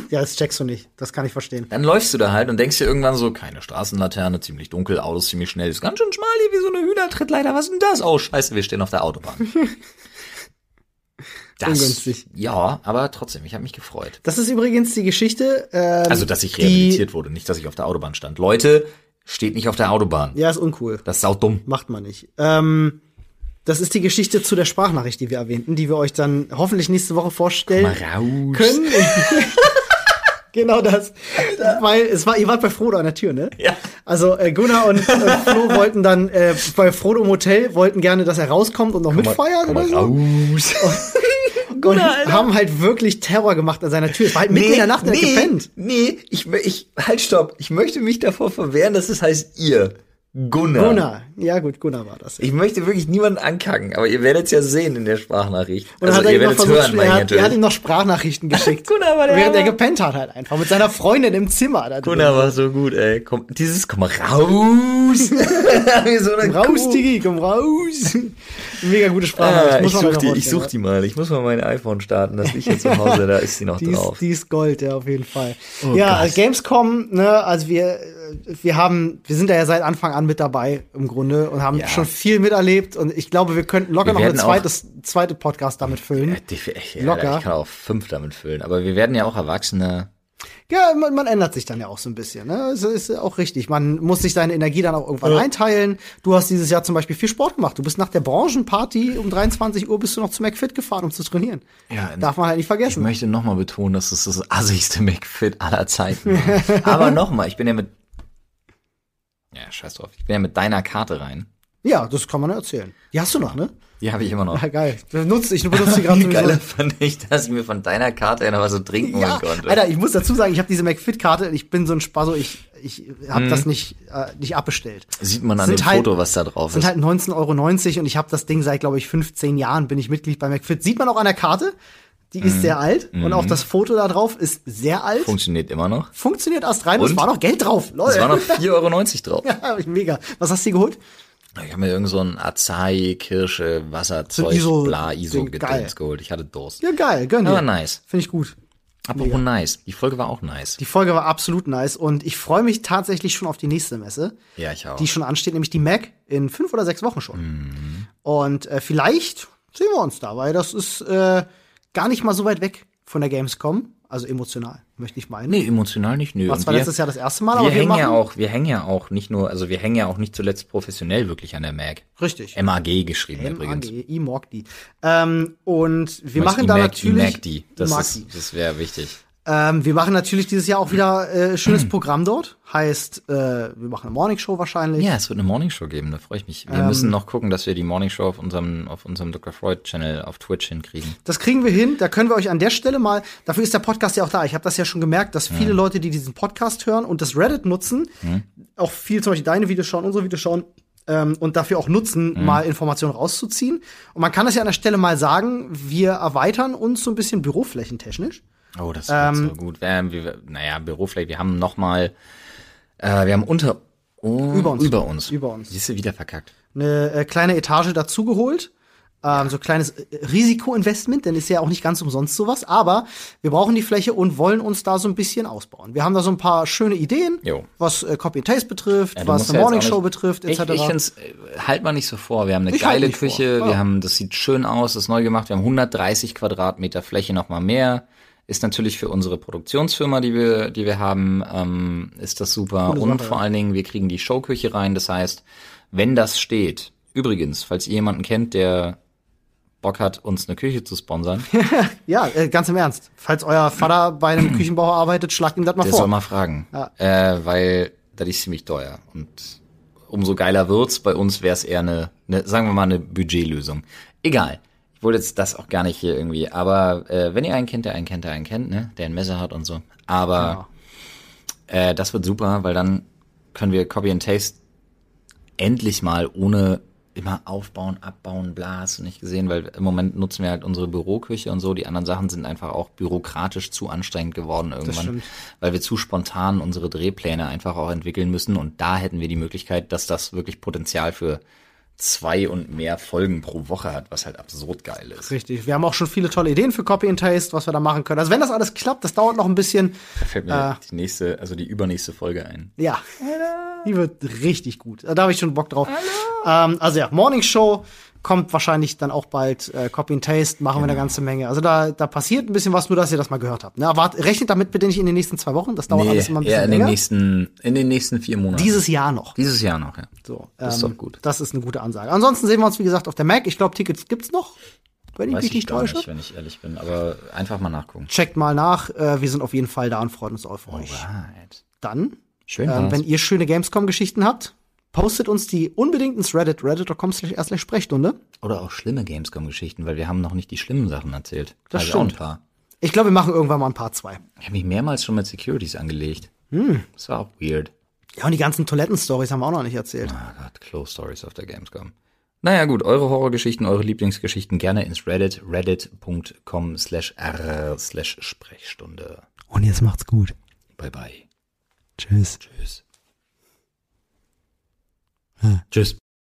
Ja, das checkst du nicht. Das kann ich verstehen.
dann läufst du da halt und denkst dir irgendwann so keine Straßenlaterne, ziemlich dunkel, Autos ziemlich schnell, ist ganz schön schmal hier wie so eine Hühnertrittleiter. Was ist denn das? Oh Scheiße, wir stehen auf der Autobahn. Das,
Ungünstig.
Ja, aber trotzdem, ich habe mich gefreut.
Das ist übrigens die Geschichte. Ähm,
Also, dass ich
die-
rehabilitiert wurde, nicht, dass ich auf der Autobahn stand. Leute, steht nicht auf der Autobahn.
Ja, ist uncool.
Das ist saudumm.
Macht man nicht. Ähm, das ist die Geschichte zu der Sprachnachricht, die wir erwähnten, die wir euch dann hoffentlich nächste Woche vorstellen
Mal raus.
können. genau das. Weil es war, ihr wart bei Frodo an der Tür, ne?
Ja.
Also äh, Gunnar und, und Flo wollten dann äh, bei Frodo im Hotel wollten gerne, dass er rauskommt und noch mitfeiert oder so. Oh,
raus.
Und
Gunnar, Alter.
haben halt wirklich Terror gemacht an seiner Tür. Es war halt mitten in der Nacht, er hat gepennt.
Nee, ich, mö- ich, halt, stopp. Ich möchte mich davor verwehren, dass es heißt ihr. Gunnar.
Gunnar. Ja gut, Gunnar war das.
Ich möchte wirklich niemanden ankacken, aber ihr werdet es ja sehen in der Sprachnachricht.
Und dann
also,
hat er
ihr
ihm noch
werdet es hören,
versucht,
meine
er,
ich
hat, er hat ihm
natürlich.
noch Sprachnachrichten geschickt.
Gunnar war der
während er
Hammer.
gepennt hat halt einfach. Mit seiner Freundin im Zimmer. Da drin.
Gunnar war so gut, ey. Komm, dieses, komm mal raus. Wie so eine
Raus,
Kuh.
Digi, komm raus. Mega gute Sprache.
Ah,
das muss
ich
man
such,
mal
die, ich
vorstellen,
such die mal. Ich muss mal mein iPhone starten. Das liegt hier zu Hause. Da ist sie noch
Die
drauf.
ist, die ist Gold, ja, auf jeden Fall. ja, also Gamescom, ne, also wir, äh, wir haben, wir sind da ja seit Anfang an mit dabei im Grunde und haben
Ja.
schon viel miterlebt und ich glaube, wir könnten locker
Wir
noch eine
werden auch-
zweite, zweite Podcast damit füllen.
Ja, die- ja,
Locker.
Ich kann auch fünf damit füllen. Aber wir werden ja auch Erwachsene.
Ja, man, man ändert sich dann ja auch so ein bisschen. Ne? Das ist ja auch richtig. Man muss sich seine Energie dann auch irgendwann einteilen. Du hast dieses Jahr zum Beispiel viel Sport gemacht. Du bist nach der Branchenparty um 23 Uhr bist du noch zu McFit gefahren, um zu trainieren.
Ja,
Darf man halt nicht
Ich
vergessen.
möchte nochmal betonen, dass es das assigste McFit aller Zeiten war. Aber nochmal, ich bin ja mit. Ja, scheiß drauf. Ich bin ja mit deiner Karte rein.
Ja, das kann man ja erzählen. Die hast du noch, ne?
Die habe ich immer noch.
Ja, geil. Benutzt, ich benutze die gerade
Wie geil
sowieso.
fand ich, dass ich mir von deiner Karte ja noch was zu trinken
Ja,
holen konnte.
Alter, ich muss dazu sagen, ich habe diese McFit-Karte. Ich bin so ein Spasso. Ich, ich habe das nicht, äh, nicht abbestellt.
Mhm. Sieht man an
sind
dem
halt-
Foto, was da drauf
sind
ist.
halt 19,90 Euro und ich habe das Ding seit, glaube ich, 15 Jahren bin ich Mitglied bei McFit. Sieht man auch an der Karte, die
Mhm.
ist sehr alt und auch das Foto da drauf ist sehr alt.
Funktioniert immer noch.
Funktioniert erst rein und es
Und?
war noch Geld drauf. Lol.
Es waren noch 4,90 Euro drauf.
Ja, mega. Was hast du dir geholt?
Ich habe mir irgend so ein Acai, Kirsche, Wasserzeug,
ISO
bla, iso
Ding, geil.
gedöns geholt. Ich hatte Durst.
Ja, geil, gönn dir.
Aber Ah, nice.
Finde ich gut.
Apropos nice. Die Folge war auch nice.
Die Folge war absolut nice und ich freue mich tatsächlich schon auf die nächste Messe.
Ja, ich auch.
die schon ansteht, nämlich die Mac in fünf oder sechs Wochen schon. Und äh, vielleicht sehen wir uns da, weil das ist äh, gar nicht mal so weit weg von der Gamescom. Also emotional, möchte ich meinen.
Nee, emotional nicht, nö.
War
Und
zwar
wir-
letztes Jahr das erste Mal,
wir
aber wir
hängen
machen
ja auch, wir hängen ja auch nicht nur, also wir hängen ja auch nicht zuletzt professionell wirklich an der MAG.
Richtig. Ah,
MAG geschrieben übrigens.
MAG, IMOGDI. Ähm, und wir
Meinst
machen da
IMAG,
natürlich.
IMAG, das,
IMAG die.
ist- das wäre wichtig.
Ähm, wir machen natürlich dieses Jahr auch wieder äh, schönes Programm dort. Heißt, äh, wir machen eine Morning Show wahrscheinlich.
Ja, es wird eine Morningshow geben, da freue ich mich. Wir müssen noch gucken, dass wir die Morningshow auf unserem, auf unserem Dr. Freud Channel auf Twitch hinkriegen.
Das kriegen wir hin. Da können wir euch an der Stelle mal, dafür ist der Podcast ja auch da. Ich habe das ja schon gemerkt, dass viele Leute, die diesen Podcast hören und das Reddit nutzen, auch viel zum Beispiel deine Videos schauen, unsere Videos schauen ähm, und dafür auch nutzen, mal Informationen rauszuziehen. Und man kann das ja an der Stelle mal sagen, wir erweitern uns so ein bisschen büroflächentechnisch.
Oh, das wird so gut. Ähm, wir, naja, Bürofläche, wir haben noch mal, äh, wir haben unter, oh,
Über uns.
Über uns.
Über uns.
Siehst du, wieder verkackt.
Eine äh, kleine Etage dazugeholt. Ähm, so kleines äh, Risikoinvestment, denn ist ja auch nicht ganz umsonst sowas. Aber wir brauchen die Fläche und wollen uns da so ein bisschen ausbauen. Wir haben da so ein paar schöne Ideen,
Jo.
was äh, Copy and Paste betrifft,
Ja, du
was
musst
eine
ja jetzt
Morning
auch
Show
nicht-
betrifft, etc.
Ich, ich finde es, halt mal nicht so vor. Wir haben eine
Ich halt
geile
nicht vor,
Küche,
ja.
wir haben, das sieht schön aus, ist neu gemacht, wir haben 130 Quadratmeter Fläche nochmal mehr. Ist natürlich für unsere Produktionsfirma, die wir, die wir haben, ähm, ist das super.
Coole
Und
Sache,
vor allen Dingen, wir kriegen die Showküche rein. Das heißt, wenn das steht, übrigens, falls ihr jemanden kennt, der Bock hat, uns eine Küche zu sponsern,
ja, äh, ganz im Ernst. Falls euer Vater bei einem Küchenbauer arbeitet, schlagt ihm das mal
Der
vor.
soll mal fragen. Äh, weil das ist ziemlich teuer. Und umso geiler wird's. Bei uns wäre es eher eine, eine, sagen wir mal, eine Budgetlösung. Egal. Ich wollte jetzt das auch gar nicht hier irgendwie. Aber äh, wenn ihr einen kennt, der einen kennt, der einen kennt, ne? Der ein Messer hat und so. Aber
Genau.
äh, das wird super, weil dann können wir Copy and Taste endlich mal ohne immer aufbauen, abbauen, bla, hast du nicht gesehen, weil im Moment nutzen wir halt unsere Büroküche und so. Die anderen Sachen sind einfach auch bürokratisch zu anstrengend geworden irgendwann,
stimmt.
weil wir zu spontan unsere Drehpläne einfach auch entwickeln müssen. Und da hätten wir die Möglichkeit, dass das wirklich Potenzial für zwei und mehr Folgen pro Woche hat, was halt absurd geil ist.
Richtig. Wir haben auch schon viele tolle Ideen für Copy and Taste, was wir da machen können. Also wenn das alles klappt, das dauert noch ein bisschen.
Da fällt
Ah.
mir die nächste, also die übernächste Folge ein.
Ja, die wird richtig gut. Da habe ich schon Bock drauf. Ähm, also ja, Morning Show kommt wahrscheinlich dann auch bald. Äh, Copy and Taste machen
Genau.
wir eine ganze Menge. Also da, da passiert ein bisschen was, nur dass ihr das mal gehört habt. Ne? Wart, rechnet damit bitte nicht in den nächsten zwei Wochen. Das dauert
Nee,
alles immer ein bisschen
eher in den
länger.
nächsten, in den nächsten vier Monaten.
Dieses Jahr noch.
Dieses Jahr noch, ja.
So,
Das ist
ähm,
doch gut.
Das ist eine gute Ansage. Ansonsten sehen wir uns, wie gesagt, auf der Mac. Ich glaube, Tickets gibt's noch, wenn ich
Weiß
mich
ich
nicht
gar
täusche.
nicht, wenn ich ehrlich bin, aber einfach mal nachgucken.
Checkt mal nach. Äh, wir sind auf jeden Fall da und freuen uns auf euch.
Right.
Dann,
Schön
ähm,
war's.
wenn ihr schöne Gamescom-Geschichten habt, postet uns die unbedingt ins Reddit, reddit.com slash erst gleich Sprechstunde.
Oder auch schlimme Gamescom-Geschichten, weil wir haben noch nicht die schlimmen Sachen erzählt.
Das
Also auch
stimmt.
Ein paar.
Ich glaube, wir machen irgendwann mal ein paar zwei.
Ich habe mich mehrmals schon mit Securities angelegt.
Hm.
Das war auch weird.
Ja, und die ganzen Toiletten-Stories haben wir auch noch nicht erzählt.
Oh Gott, Close Stories auf der Gamescom. Naja gut, eure Horrorgeschichten, eure Lieblingsgeschichten gerne ins Reddit, reddit.com slash r slash Sprechstunde.
Und jetzt macht's gut.
Bye bye.
Tschüss.
Tschüss. Tschüss.